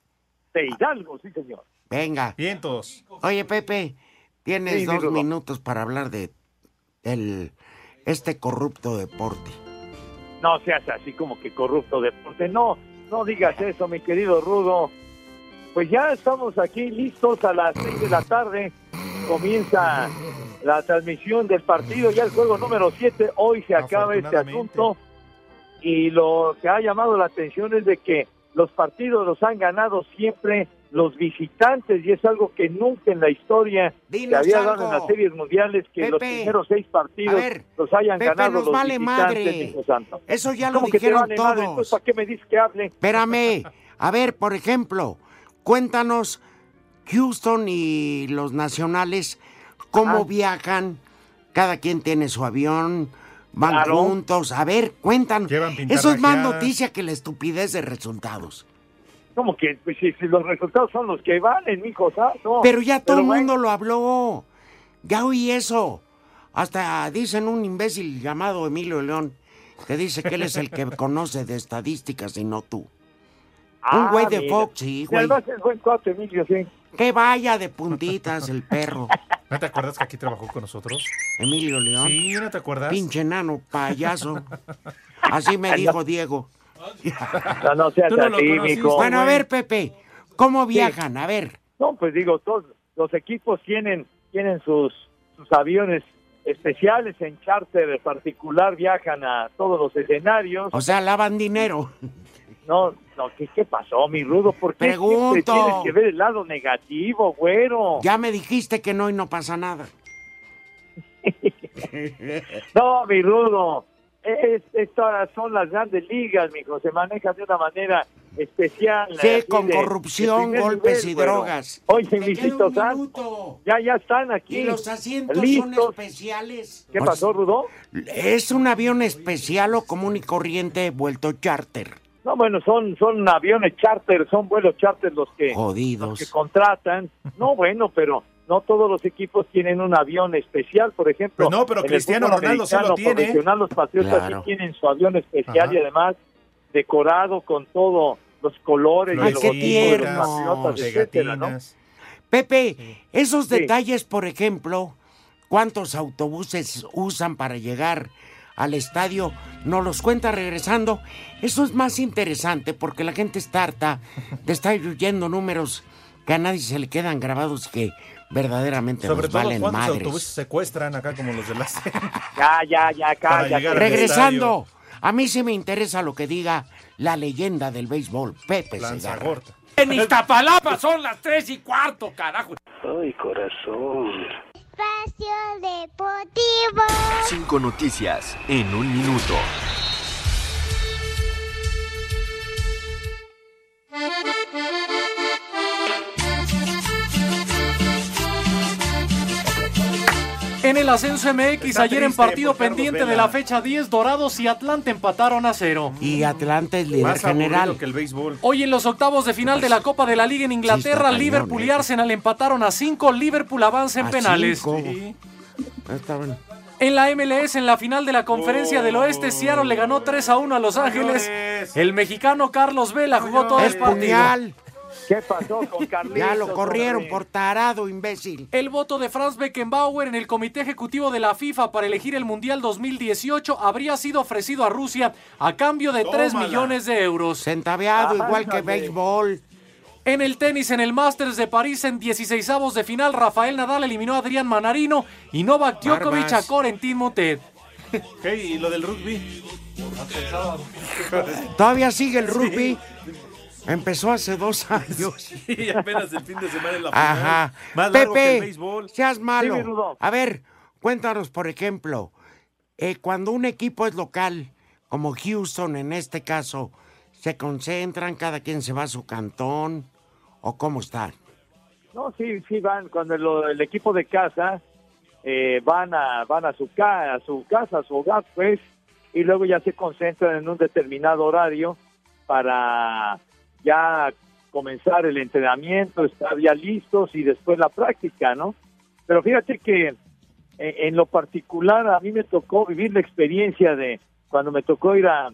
Speaker 3: de Hidalgo, sí, señor.
Speaker 7: Venga.
Speaker 6: Vientos.
Speaker 7: Oye, Pepe,
Speaker 3: Sí,
Speaker 7: tienes
Speaker 3: mi
Speaker 7: dos
Speaker 3: Rudo.
Speaker 7: minutos para hablar de el, este corrupto deporte.
Speaker 3: No seas así como que corrupto deporte. No, no digas eso, mi querido Rudo. Pues ya estamos aquí listos a las 6 de la tarde. Comienza la transmisión del partido, ya el juego número 7. Hoy se acaba este
Speaker 6: Afortunadamente.
Speaker 3: asunto. Y lo que ha llamado la atención es de que los partidos los han ganado siempre los visitantes y es algo que nunca en la historia se
Speaker 7: Dinos
Speaker 3: había dado
Speaker 7: algo.
Speaker 3: en las series mundiales que los
Speaker 7: Pepe.
Speaker 3: primeros seis partidos
Speaker 7: A ver,
Speaker 3: los hayan
Speaker 7: Pepe,
Speaker 3: ganado
Speaker 7: nos
Speaker 3: los
Speaker 7: vale
Speaker 3: visitantes,
Speaker 7: madre.
Speaker 3: hijo santo.
Speaker 7: Eso ya lo
Speaker 3: ¿Cómo que te
Speaker 7: dijeron
Speaker 3: vale madre? Pues,
Speaker 7: todos.
Speaker 3: Entonces, ¿Para qué me dices que hable?
Speaker 7: Espérame. A ver, por ejemplo, cuéntanos Houston y los nacionales cómo
Speaker 3: Ah.
Speaker 7: viajan. Cada quien tiene su avión, van
Speaker 3: Claro.
Speaker 7: juntos. A ver, cuéntanos.
Speaker 6: Llevan
Speaker 7: Eso es más
Speaker 6: pintarrajeadas.
Speaker 7: noticia que la estupidez de resultados.
Speaker 3: ¿Cómo que pues, si, si los resultados son los que valen, hijo santo?
Speaker 7: Pero ya todo el
Speaker 3: bueno,
Speaker 7: mundo lo habló. Ya oí eso. Hasta dicen un imbécil llamado Emilio León que dice que él es el que conoce de estadísticas y no tú.
Speaker 3: ah,
Speaker 7: un güey de
Speaker 3: mira.
Speaker 7: Fox, sí,
Speaker 3: Y
Speaker 7: güey.
Speaker 3: además es buen cuate, Emilio, sí.
Speaker 7: Que vaya de puntitas el perro.
Speaker 6: ¿No te acuerdas que aquí trabajó con nosotros?
Speaker 7: Emilio León.
Speaker 6: Sí, ¿no te acuerdas?
Speaker 7: Pinche enano, payaso. Así me dijo Diego.
Speaker 3: No, no seas
Speaker 6: Tú no lo
Speaker 3: así,
Speaker 6: conociste.
Speaker 3: mijo.
Speaker 7: Bueno, a
Speaker 6: güey.
Speaker 7: ver, Pepe, ¿cómo viajan? A ver.
Speaker 3: No, pues digo, todos los equipos tienen tienen sus sus aviones especiales en charter particular, viajan a todos los escenarios.
Speaker 7: O sea, lavan dinero.
Speaker 3: No, no, ¿qué, qué pasó, mi rudo? ¿Por qué siempre
Speaker 7: Pregunto.
Speaker 3: tienes que ver el lado negativo, güero?
Speaker 7: Ya me dijiste que no y no pasa nada.
Speaker 3: No, mi rudo. Es, estas son las grandes ligas, mijo. Se manejan de una manera especial.
Speaker 7: Sí,
Speaker 3: así
Speaker 7: con
Speaker 3: de- de
Speaker 7: corrupción,
Speaker 3: primer
Speaker 7: golpes
Speaker 3: nivel,
Speaker 7: y
Speaker 3: güero.
Speaker 7: drogas.
Speaker 3: Oye,
Speaker 7: Te queda
Speaker 3: mijito
Speaker 7: un
Speaker 3: santo,
Speaker 7: minuto.
Speaker 3: ya, ya están aquí.
Speaker 7: Y los asientos son
Speaker 3: listos.
Speaker 7: especiales.
Speaker 3: ¿Qué pasó, Rudo?
Speaker 7: ¿Es un avión especial o común y corriente vuelto charter?
Speaker 3: No, bueno, son, son aviones charter, son vuelos charter los
Speaker 7: Oh,
Speaker 3: que, los que
Speaker 7: Jodidos.
Speaker 3: contratan. No, bueno, pero no todos los equipos tienen un avión especial, por ejemplo.
Speaker 6: Pues no, pero
Speaker 3: en el
Speaker 6: Cristiano
Speaker 3: fútbol
Speaker 6: Ronaldo sí lo
Speaker 3: americano
Speaker 6: tiene.
Speaker 3: profesional, los Patriotas
Speaker 7: Claro.
Speaker 3: sí tienen su avión especial
Speaker 6: Ajá.
Speaker 3: y además decorado con todo los colores y
Speaker 7: Ay,
Speaker 3: el
Speaker 7: qué
Speaker 3: logotipo de los
Speaker 7: tierno.
Speaker 3: Patriotas, etcétera, ¿no?
Speaker 6: pegatinas.
Speaker 7: Pepe, esos
Speaker 3: Sí.
Speaker 7: detalles, por ejemplo, ¿cuántos autobuses usan para llegar al estadio, nos los cuenta regresando. Eso es más interesante porque la gente está harta de estar oyendo números que a nadie se le quedan grabados que verdaderamente
Speaker 6: Sobre
Speaker 7: nos
Speaker 6: todo
Speaker 7: valen
Speaker 6: cuántos
Speaker 7: madres.
Speaker 6: autobuses secuestran acá como los de la
Speaker 3: Ya, ya, ya,
Speaker 6: Para
Speaker 3: cállate.
Speaker 6: llegar al
Speaker 7: Regresando, a mí sí me interesa lo que diga la leyenda del béisbol, Pepe Segarra.
Speaker 6: Lanzagorta.
Speaker 24: En Iztapalapa son las tres y cuarto, carajo.
Speaker 17: Ay, corazón.
Speaker 10: Espacio Deportivo.
Speaker 2: Cinco noticias en un minuto.
Speaker 24: En el ascenso MX,
Speaker 7: Está
Speaker 24: ayer en
Speaker 7: triste,
Speaker 24: partido
Speaker 7: Ricardo
Speaker 24: pendiente
Speaker 7: Vela.
Speaker 24: de la fecha 10, Dorados y Atlante empataron a cero.
Speaker 7: Y Atlante es líder
Speaker 24: Más aburrido
Speaker 7: general.
Speaker 24: que
Speaker 6: el béisbol.
Speaker 24: Hoy en los octavos de final de la Copa de la Liga en
Speaker 7: Sí,
Speaker 24: Inglaterra,
Speaker 7: está cañón,
Speaker 24: Liverpool y
Speaker 7: eh.
Speaker 24: Arsenal empataron a 5, Liverpool avanza en
Speaker 7: A
Speaker 24: penales.
Speaker 7: cinco. Está bueno.
Speaker 24: En la MLS, en la final de la Conferencia del Oeste, Seattle le ganó 3 a 1 a Los Ángeles. El mexicano Carlos Vela jugó todo
Speaker 7: Es
Speaker 24: el partido.
Speaker 7: puñal.
Speaker 3: ¿Qué pasó con Carlitos?
Speaker 7: Ya lo corrieron por tarado, imbécil.
Speaker 24: El voto de Franz Beckenbauer en el Comité Ejecutivo de la FIFA para elegir el Mundial 2018 habría sido ofrecido a Rusia a cambio de 3
Speaker 7: Tómala.
Speaker 24: millones de euros.
Speaker 7: Centaveado, igual que béisbol.
Speaker 24: En el tenis, en el Masters de París, en 16 avos de final, Rafael Nadal eliminó a Adrián Manarino y Novak Djokovic
Speaker 6: Barbas.
Speaker 24: a Corentin Motet.
Speaker 6: ¿Y lo del rugby?
Speaker 7: Todavía sigue el rugby. Empezó hace dos años.
Speaker 6: Y apenas el fin de semana en la final.
Speaker 7: Ajá.
Speaker 6: Más largo que el
Speaker 7: Pepe,
Speaker 6: béisbol.
Speaker 7: seas
Speaker 6: Dime, Rudo.
Speaker 7: malo. A ver, cuéntanos, por ejemplo, eh, cuando un equipo es local, como Houston en este caso, ¿se concentran, cada quien se va a su cantón? ¿O cómo está?
Speaker 3: No, sí, sí van. Cuando el, el equipo de casa eh, van a van a su ca- a su casa, a su hogar, pues, y luego ya se concentran en un determinado horario para ya comenzar el entrenamiento, estar ya listos y después la práctica, ¿no? Pero fíjate que eh, en, en lo particular a mí me tocó vivir la experiencia de cuando me tocó ir a, a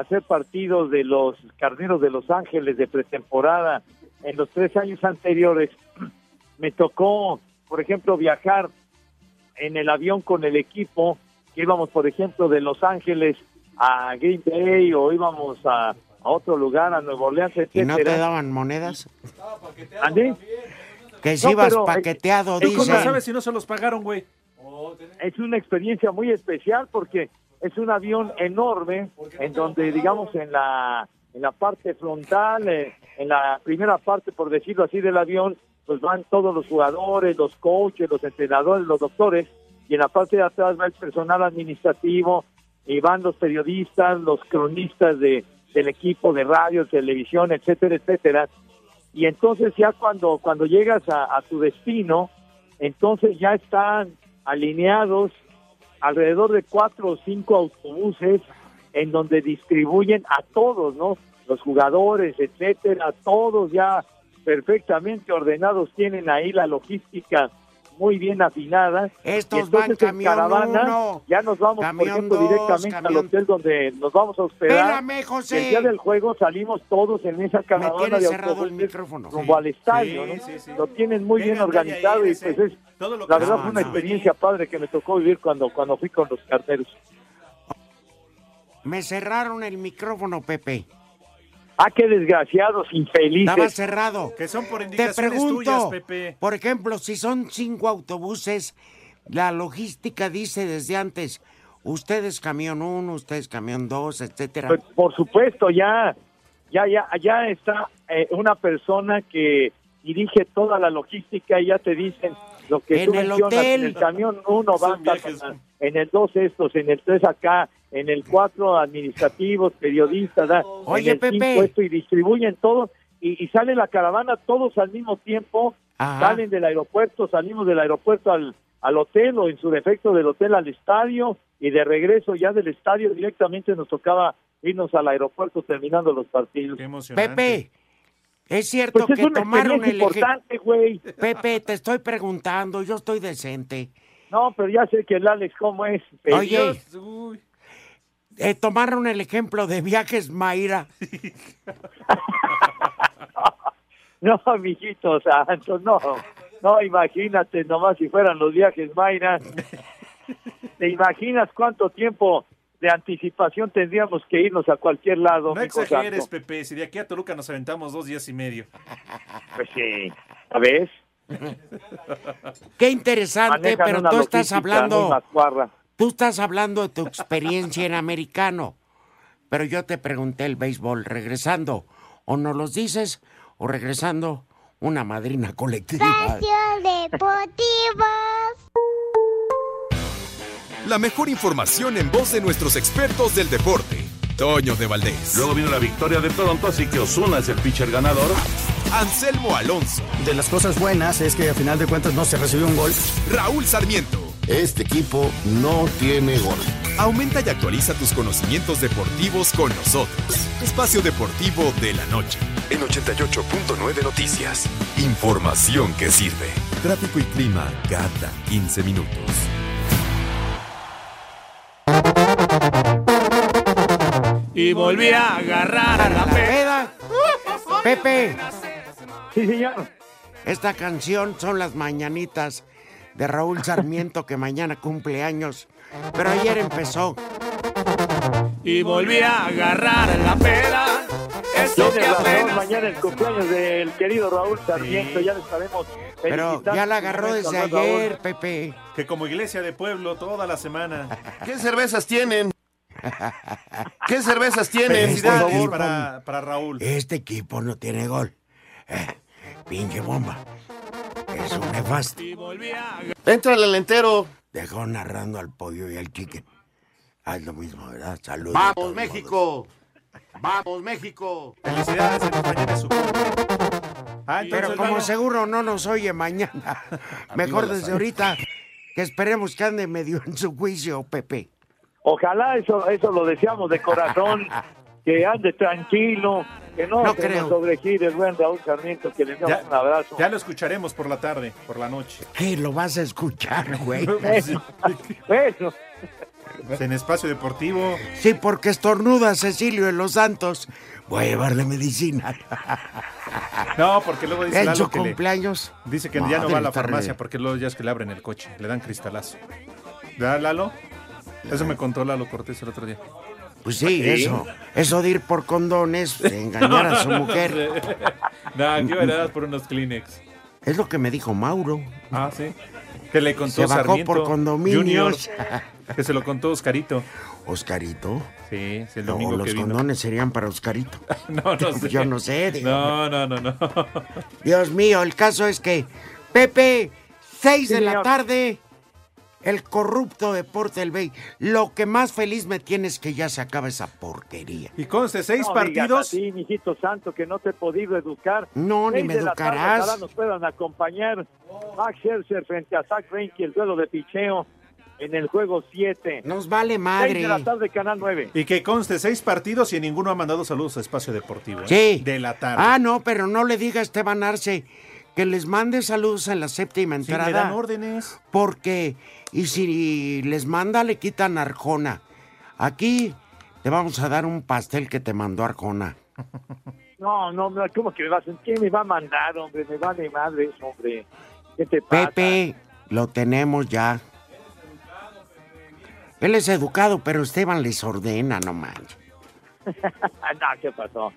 Speaker 3: hacer partidos de los Carneros de Los Ángeles de pretemporada en los tres años anteriores. Me tocó, por ejemplo, viajar en el avión con el equipo, que íbamos, por ejemplo, de Los Ángeles a Green Bay o íbamos a, a otro lugar, a Nueva Orleans, etc.
Speaker 7: ¿Y no te daban monedas?
Speaker 3: ¿Andé?
Speaker 7: Que si
Speaker 3: No,
Speaker 7: ibas
Speaker 3: pero-
Speaker 7: paqueteado,
Speaker 3: ¿Y cómo
Speaker 7: dicen.
Speaker 3: sabes
Speaker 6: si no se los pagaron, güey?
Speaker 3: Es una experiencia muy especial porque es un avión enorme en donde, digamos, en la, en la parte frontal, eh, en la primera parte, por decirlo así, del avión, pues van todos los jugadores, los coaches, los entrenadores, los doctores, y en la parte de atrás va el personal administrativo, y van los periodistas, los cronistas de, del equipo de radio, televisión, etcétera, etcétera. Y entonces ya cuando, cuando llegas a, a tu destino, entonces ya están alineados alrededor de cuatro o cinco autobuses en donde distribuyen a todos, ¿no? Los jugadores, etcétera, todos ya perfectamente ordenados, tienen ahí la logística muy bien afinada.
Speaker 7: Estos
Speaker 3: Y entonces
Speaker 7: van
Speaker 3: en
Speaker 7: camión
Speaker 3: caravana
Speaker 7: uno,
Speaker 3: ya nos vamos, por
Speaker 7: camión
Speaker 3: ejemplo,
Speaker 7: dos,
Speaker 3: directamente al
Speaker 7: camión-
Speaker 3: hotel donde nos vamos a hospedar.
Speaker 7: Espérame, José.
Speaker 3: El día del juego salimos todos en esa caravana
Speaker 7: tienes
Speaker 3: de
Speaker 7: cerrado el
Speaker 3: autobuses
Speaker 7: micrófono.
Speaker 3: rumbo
Speaker 7: Sí.
Speaker 3: al estadio,
Speaker 7: Sí,
Speaker 3: ¿no?
Speaker 7: sí, sí.
Speaker 3: Lo tienen muy bien organizado y pues es
Speaker 6: lo
Speaker 3: la
Speaker 6: que
Speaker 3: verdad
Speaker 6: no,
Speaker 3: fue una
Speaker 6: no.
Speaker 3: experiencia padre que me tocó vivir cuando cuando fui con los carteros.
Speaker 7: Me cerraron el micrófono, Pepe.
Speaker 3: Ah, qué desgraciados, infelices.
Speaker 7: Estaba cerrado.
Speaker 6: Que son por
Speaker 7: Te
Speaker 6: indicaciones
Speaker 7: pregunto,
Speaker 6: tuyas, Pepe.
Speaker 7: por ejemplo, si son cinco autobuses, la logística dice desde antes, ustedes camión uno, ustedes camión dos, etcétera.
Speaker 3: Pues, por supuesto, ya, ya, ya, ya está eh, una persona que dirige toda la logística y ya te dicen lo que
Speaker 7: En
Speaker 3: tú
Speaker 7: el
Speaker 3: mencionas,
Speaker 7: hotel.
Speaker 3: en el camión uno
Speaker 7: Son
Speaker 3: va en el dos estos, en el tres acá, en el cuatro administrativos, periodistas, da,
Speaker 7: Oye,
Speaker 3: en el cinco
Speaker 7: Pepe.
Speaker 3: esto y distribuyen todo y, y sale la caravana todos al mismo tiempo,
Speaker 7: Ajá.
Speaker 3: salen del aeropuerto, salimos del aeropuerto al al hotel o en su defecto del hotel al estadio y de regreso ya del estadio directamente nos tocaba irnos al aeropuerto terminando los partidos.
Speaker 7: Pepe, es cierto
Speaker 3: Pues es
Speaker 7: que
Speaker 3: una
Speaker 7: tomaron
Speaker 3: experiencia
Speaker 7: el eje-
Speaker 3: importante, güey.
Speaker 7: Pepe, te estoy preguntando, yo estoy decente.
Speaker 3: No, pero ya sé que el Alex cómo es. pero-
Speaker 7: Oye, eh, tomaron el ejemplo de viajes Mayra.
Speaker 3: No, mijito santo, no. No, imagínate nomás si fueran los viajes Mayra. ¿Te imaginas cuánto tiempo de anticipación tendríamos que irnos a cualquier lado.
Speaker 6: No exageres, Pepe, si de aquí a Toluca nos aventamos dos días y medio.
Speaker 3: Pues sí, a ver.
Speaker 7: Qué interesante,
Speaker 3: Manejan
Speaker 7: pero
Speaker 3: una
Speaker 7: tú estás
Speaker 3: logística muy
Speaker 7: hablando,
Speaker 3: mazcuarra.
Speaker 7: tú estás hablando de tu experiencia en americano. Pero yo te pregunté el béisbol regresando, o nos los dices, o regresando una madrina colectiva.
Speaker 10: Espacio Deportivo.
Speaker 1: La mejor información en voz de nuestros expertos del deporte. Toño de Valdés. Luego vino la victoria de Toronto, así que Osuna es el pitcher ganador. Anselmo Alonso.
Speaker 9: De las cosas buenas es que a final de cuentas no se recibió un gol.
Speaker 1: Raúl Sarmiento. Este equipo no tiene gol. Aumenta y actualiza tus conocimientos deportivos con nosotros. Espacio Deportivo de la Noche. En 88.9 Noticias. Información que sirve. Tráfico y clima cada 15 minutos.
Speaker 7: Y volví a agarrar la peda. Pepe.
Speaker 3: Sí, señor.
Speaker 7: Esta canción son las mañanitas de Raúl Sarmiento que mañana cumple años, pero ayer empezó.
Speaker 23: Y volví a agarrar la peda. Eso que
Speaker 3: Tienes razón,
Speaker 23: apenas.
Speaker 3: mañana el cumpleaños del querido Raúl Sarmiento, ya le estaremos
Speaker 7: Pero
Speaker 3: felicitando
Speaker 7: ya la
Speaker 3: en un
Speaker 7: agarró
Speaker 3: momento
Speaker 7: desde
Speaker 3: más, Raúl.
Speaker 7: ayer, Pepe.
Speaker 6: Que como iglesia de pueblo toda la semana.
Speaker 7: ¿Qué cervezas tienen?
Speaker 1: ¿Qué cervezas
Speaker 7: tienen?
Speaker 6: Felicidades
Speaker 7: Por favor.
Speaker 6: para, para Raúl.
Speaker 7: Este equipo no tiene gol. Eh, pinche bomba. Es un nefasto.
Speaker 9: Entra el entero.
Speaker 7: Dejó narrando al pollo y al chicken. Haz lo mismo, ¿verdad? Saludos. a
Speaker 9: Vamos,
Speaker 7: todos.
Speaker 9: México. Vamos, México.
Speaker 6: Felicidades mañana su Ah,
Speaker 7: Pero como seguro no nos oye mañana, mejor
Speaker 3: la
Speaker 7: desde
Speaker 3: sal.
Speaker 7: ahorita que esperemos que ande medio en su juicio, Pepe.
Speaker 3: Ojalá eso, eso lo deseamos de corazón, que ande tranquilo, que no,
Speaker 7: No
Speaker 3: se
Speaker 7: creo.
Speaker 3: nos sobregire el buen Raúl Sarmiento, que le damos
Speaker 6: Ya-
Speaker 3: un abrazo.
Speaker 6: Ya lo escucharemos por la tarde, por la noche. Pues
Speaker 7: ¿Qué? Lo vas a escuchar, güey.
Speaker 3: Pues,
Speaker 7: Pues,
Speaker 6: En espacio deportivo.
Speaker 7: Sí, porque estornuda Cecilio en Los Santos. Voy a llevarle medicina.
Speaker 6: No, porque luego dice
Speaker 7: En su
Speaker 6: Lalo que le-
Speaker 7: cumpleaños.
Speaker 6: dice que ya no va a la
Speaker 7: Madre,
Speaker 6: farmacia porque luego ya es que le abren el coche, le dan cristalazo. ¿Verdad, Lalo? Eso me contó Lalo Cortés el otro día.
Speaker 7: Pues sí,
Speaker 6: ¿Ah, ¿Sí?
Speaker 7: eso. Eso de ir por condones, de engañar a su mujer.
Speaker 6: no, aquí verás por unos Kleenex.
Speaker 7: Es lo que me dijo Mauro.
Speaker 6: Ah, sí. Que le contó
Speaker 7: Se bajó
Speaker 6: Sarmiento
Speaker 7: por condominios.
Speaker 6: Junior, que se lo contó Oscarito.
Speaker 7: ¿Oscarito?
Speaker 6: Sí, sí, el
Speaker 7: No,
Speaker 6: domingo que
Speaker 7: los
Speaker 6: vino.
Speaker 7: condones serían para Oscarito.
Speaker 6: No, no sé.
Speaker 7: Yo no sé, digo.
Speaker 6: No, no, no, no.
Speaker 7: Dios mío, el caso es que, Pepe, 6
Speaker 3: Sí,
Speaker 7: de la
Speaker 3: señor.
Speaker 7: tarde, el corrupto deporte del Bay. Lo que más feliz me tiene es que ya se acaba esa porquería.
Speaker 6: Y conste, seis
Speaker 3: No digas
Speaker 6: partidos.
Speaker 3: así, mijito santo, que no te he podido educar.
Speaker 7: No, ni
Speaker 3: Seis
Speaker 7: me
Speaker 3: de la tarde,
Speaker 7: educarás.
Speaker 3: ojalá nos puedan acompañar Max Scherzer frente a Zach Greinke, el duelo de picheo en el juego 7.
Speaker 7: Nos vale
Speaker 3: Seis
Speaker 7: madre.
Speaker 3: de la tarde, Canal 9.
Speaker 6: Y que conste, seis partidos y ninguno ha mandado saludos a Espacio Deportivo. ¿eh?
Speaker 7: Sí.
Speaker 6: De la tarde.
Speaker 7: Ah, no, pero no le diga a Esteban Arce que les mande saludos en la séptima
Speaker 6: Sí, le
Speaker 7: entrada.
Speaker 6: dan órdenes.
Speaker 7: porque, y si les manda, le quitan Arjona. Aquí te vamos a dar un pastel que te mandó Arjona.
Speaker 3: No, no, no, ¿cómo que me vas a... ¿Qué me va a mandar, hombre? Me vale madre, hombre. ¿Qué te pasa?
Speaker 7: Pepe, lo tenemos ya. Él es educado, pero Esteban les ordena, no manches.
Speaker 3: Ah, no, ¿qué pasó?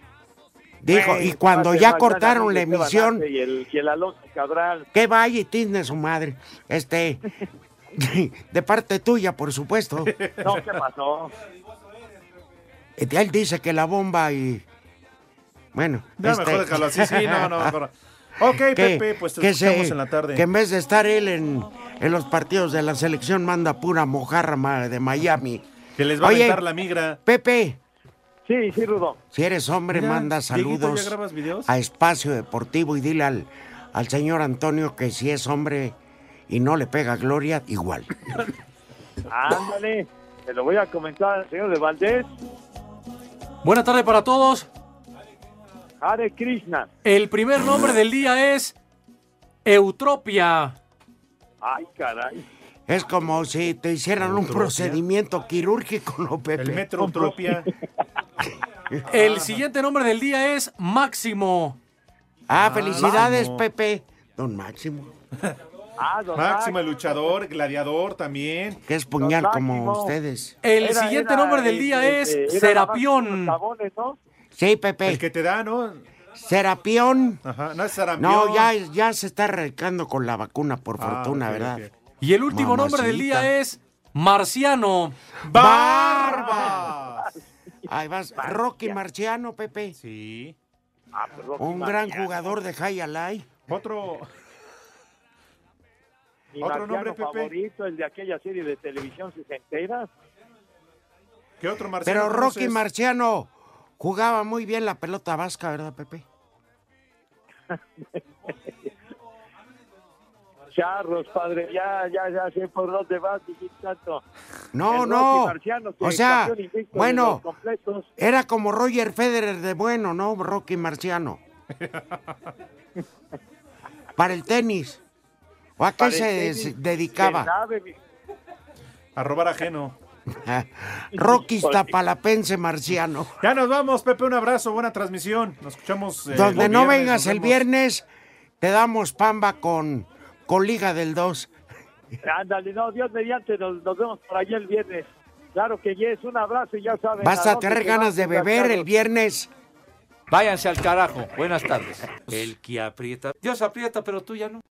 Speaker 7: Dijo,
Speaker 3: Güey,
Speaker 7: y cuando
Speaker 3: hace
Speaker 7: ya
Speaker 3: falta
Speaker 7: cortaron
Speaker 3: el
Speaker 7: la
Speaker 3: Esteban
Speaker 7: emisión,
Speaker 3: Arce Y el, y el Alonso Cabral.
Speaker 7: que vaya y tizne su madre. Este, de parte tuya, por supuesto.
Speaker 3: No, ¿qué pasó?
Speaker 7: Este, Él dice que la bomba y. Bueno.
Speaker 6: Ya,
Speaker 7: este-
Speaker 6: mejor déjalo así. Sí, no, no, mejor. Ok, Pepe, pues te
Speaker 7: que
Speaker 6: escuchamos
Speaker 7: se-
Speaker 6: en la tarde.
Speaker 7: Que en vez de estar él en, en los partidos de la selección, manda pura mojarra ma- de Miami.
Speaker 6: Que les va
Speaker 7: Oye,
Speaker 6: a aventar la migra.
Speaker 7: Pepe,
Speaker 3: Sí, sí, Rudo.
Speaker 7: si eres hombre,
Speaker 6: Mira,
Speaker 7: manda
Speaker 6: Dieguito,
Speaker 7: saludos
Speaker 6: ¿ya grabas videos?
Speaker 7: a Espacio Deportivo y dile al, al señor Antonio que si es hombre y no le pega gloria, igual.
Speaker 3: Ándale. Te lo voy a comentar al señor de Valdés.
Speaker 24: Buena tarde para todos.
Speaker 3: Hare Krishna.
Speaker 24: El primer nombre del día es Eutropia.
Speaker 3: Ay, caray.
Speaker 7: Es como si te hicieran un procedimiento quirúrgico, ¿no, Pepe?
Speaker 6: El Metrotropia.
Speaker 24: El siguiente nombre del día es Máximo.
Speaker 7: Ah, felicidades,
Speaker 24: Máximo.
Speaker 7: Pepe. Don Máximo.
Speaker 3: Ah, don
Speaker 6: Máximo luchador, gladiador también.
Speaker 7: Que es puñal como ustedes.
Speaker 24: El siguiente nombre del día es Serapión.
Speaker 7: Sí, Pepe.
Speaker 6: El que te da, ¿no?
Speaker 7: Serapión.
Speaker 6: Ajá, no es Serapión.
Speaker 7: No, ya, ya se está erradicando con la vacuna, por
Speaker 6: Ah,
Speaker 7: fortuna,
Speaker 6: ok,
Speaker 7: ¿verdad?
Speaker 6: ok.
Speaker 24: Y el último nombre del día es Marciano.
Speaker 7: ¡Barba! Ahí vas. Rocky Marciano, Pepe.
Speaker 6: Sí.
Speaker 3: Ah, pues,
Speaker 7: Un gran jugador de High Alive.
Speaker 6: Otro.
Speaker 3: Mi
Speaker 7: Otro
Speaker 3: marciano
Speaker 7: nombre, Pepe.
Speaker 3: favorito, el de aquella serie de televisión sesenteras.
Speaker 6: ¿Qué otro marciano?
Speaker 7: Pero Rocky
Speaker 6: conoces?
Speaker 7: Marciano jugaba muy bien la pelota vasca, ¿verdad, Pepe?
Speaker 3: Charros, padre, ya, ya, ya sé por dónde vas, tanto.
Speaker 7: No,
Speaker 3: El
Speaker 7: no.
Speaker 3: Rocky Marciano, que
Speaker 7: O sea,
Speaker 3: campeón invicto de
Speaker 7: bueno.
Speaker 3: los completos.
Speaker 7: Era como Roger Federer de bueno, ¿no? Rocky Marciano. Para el tenis. ¿O a qué
Speaker 6: Para el
Speaker 7: se
Speaker 6: tenis,
Speaker 7: se
Speaker 3: Que
Speaker 7: dedicaba?
Speaker 3: sabe, mi-
Speaker 6: A robar ajeno.
Speaker 7: Rocky Tapalapense Marciano.
Speaker 6: Ya nos vamos, Pepe. Un abrazo, buena transmisión. Nos escuchamos. eh,
Speaker 7: Donde
Speaker 6: el
Speaker 7: no
Speaker 6: viernes,
Speaker 7: vengas
Speaker 6: nos
Speaker 7: el
Speaker 6: vemos.
Speaker 7: viernes, te damos pamba con, con Liga del 2.
Speaker 3: Ándale, no, Dios mediante, nos, nos vemos por allá el viernes. Claro que yes, un abrazo y ya
Speaker 6: Pues
Speaker 3: saben.
Speaker 7: Vas a
Speaker 3: dónde
Speaker 7: tener
Speaker 3: te vas,
Speaker 7: ganas de
Speaker 3: mis
Speaker 7: beber el
Speaker 3: marcianos.
Speaker 7: viernes.
Speaker 23: Váyanse al carajo. Buenas tardes. El que aprieta. Dios aprieta, pero tú ya no.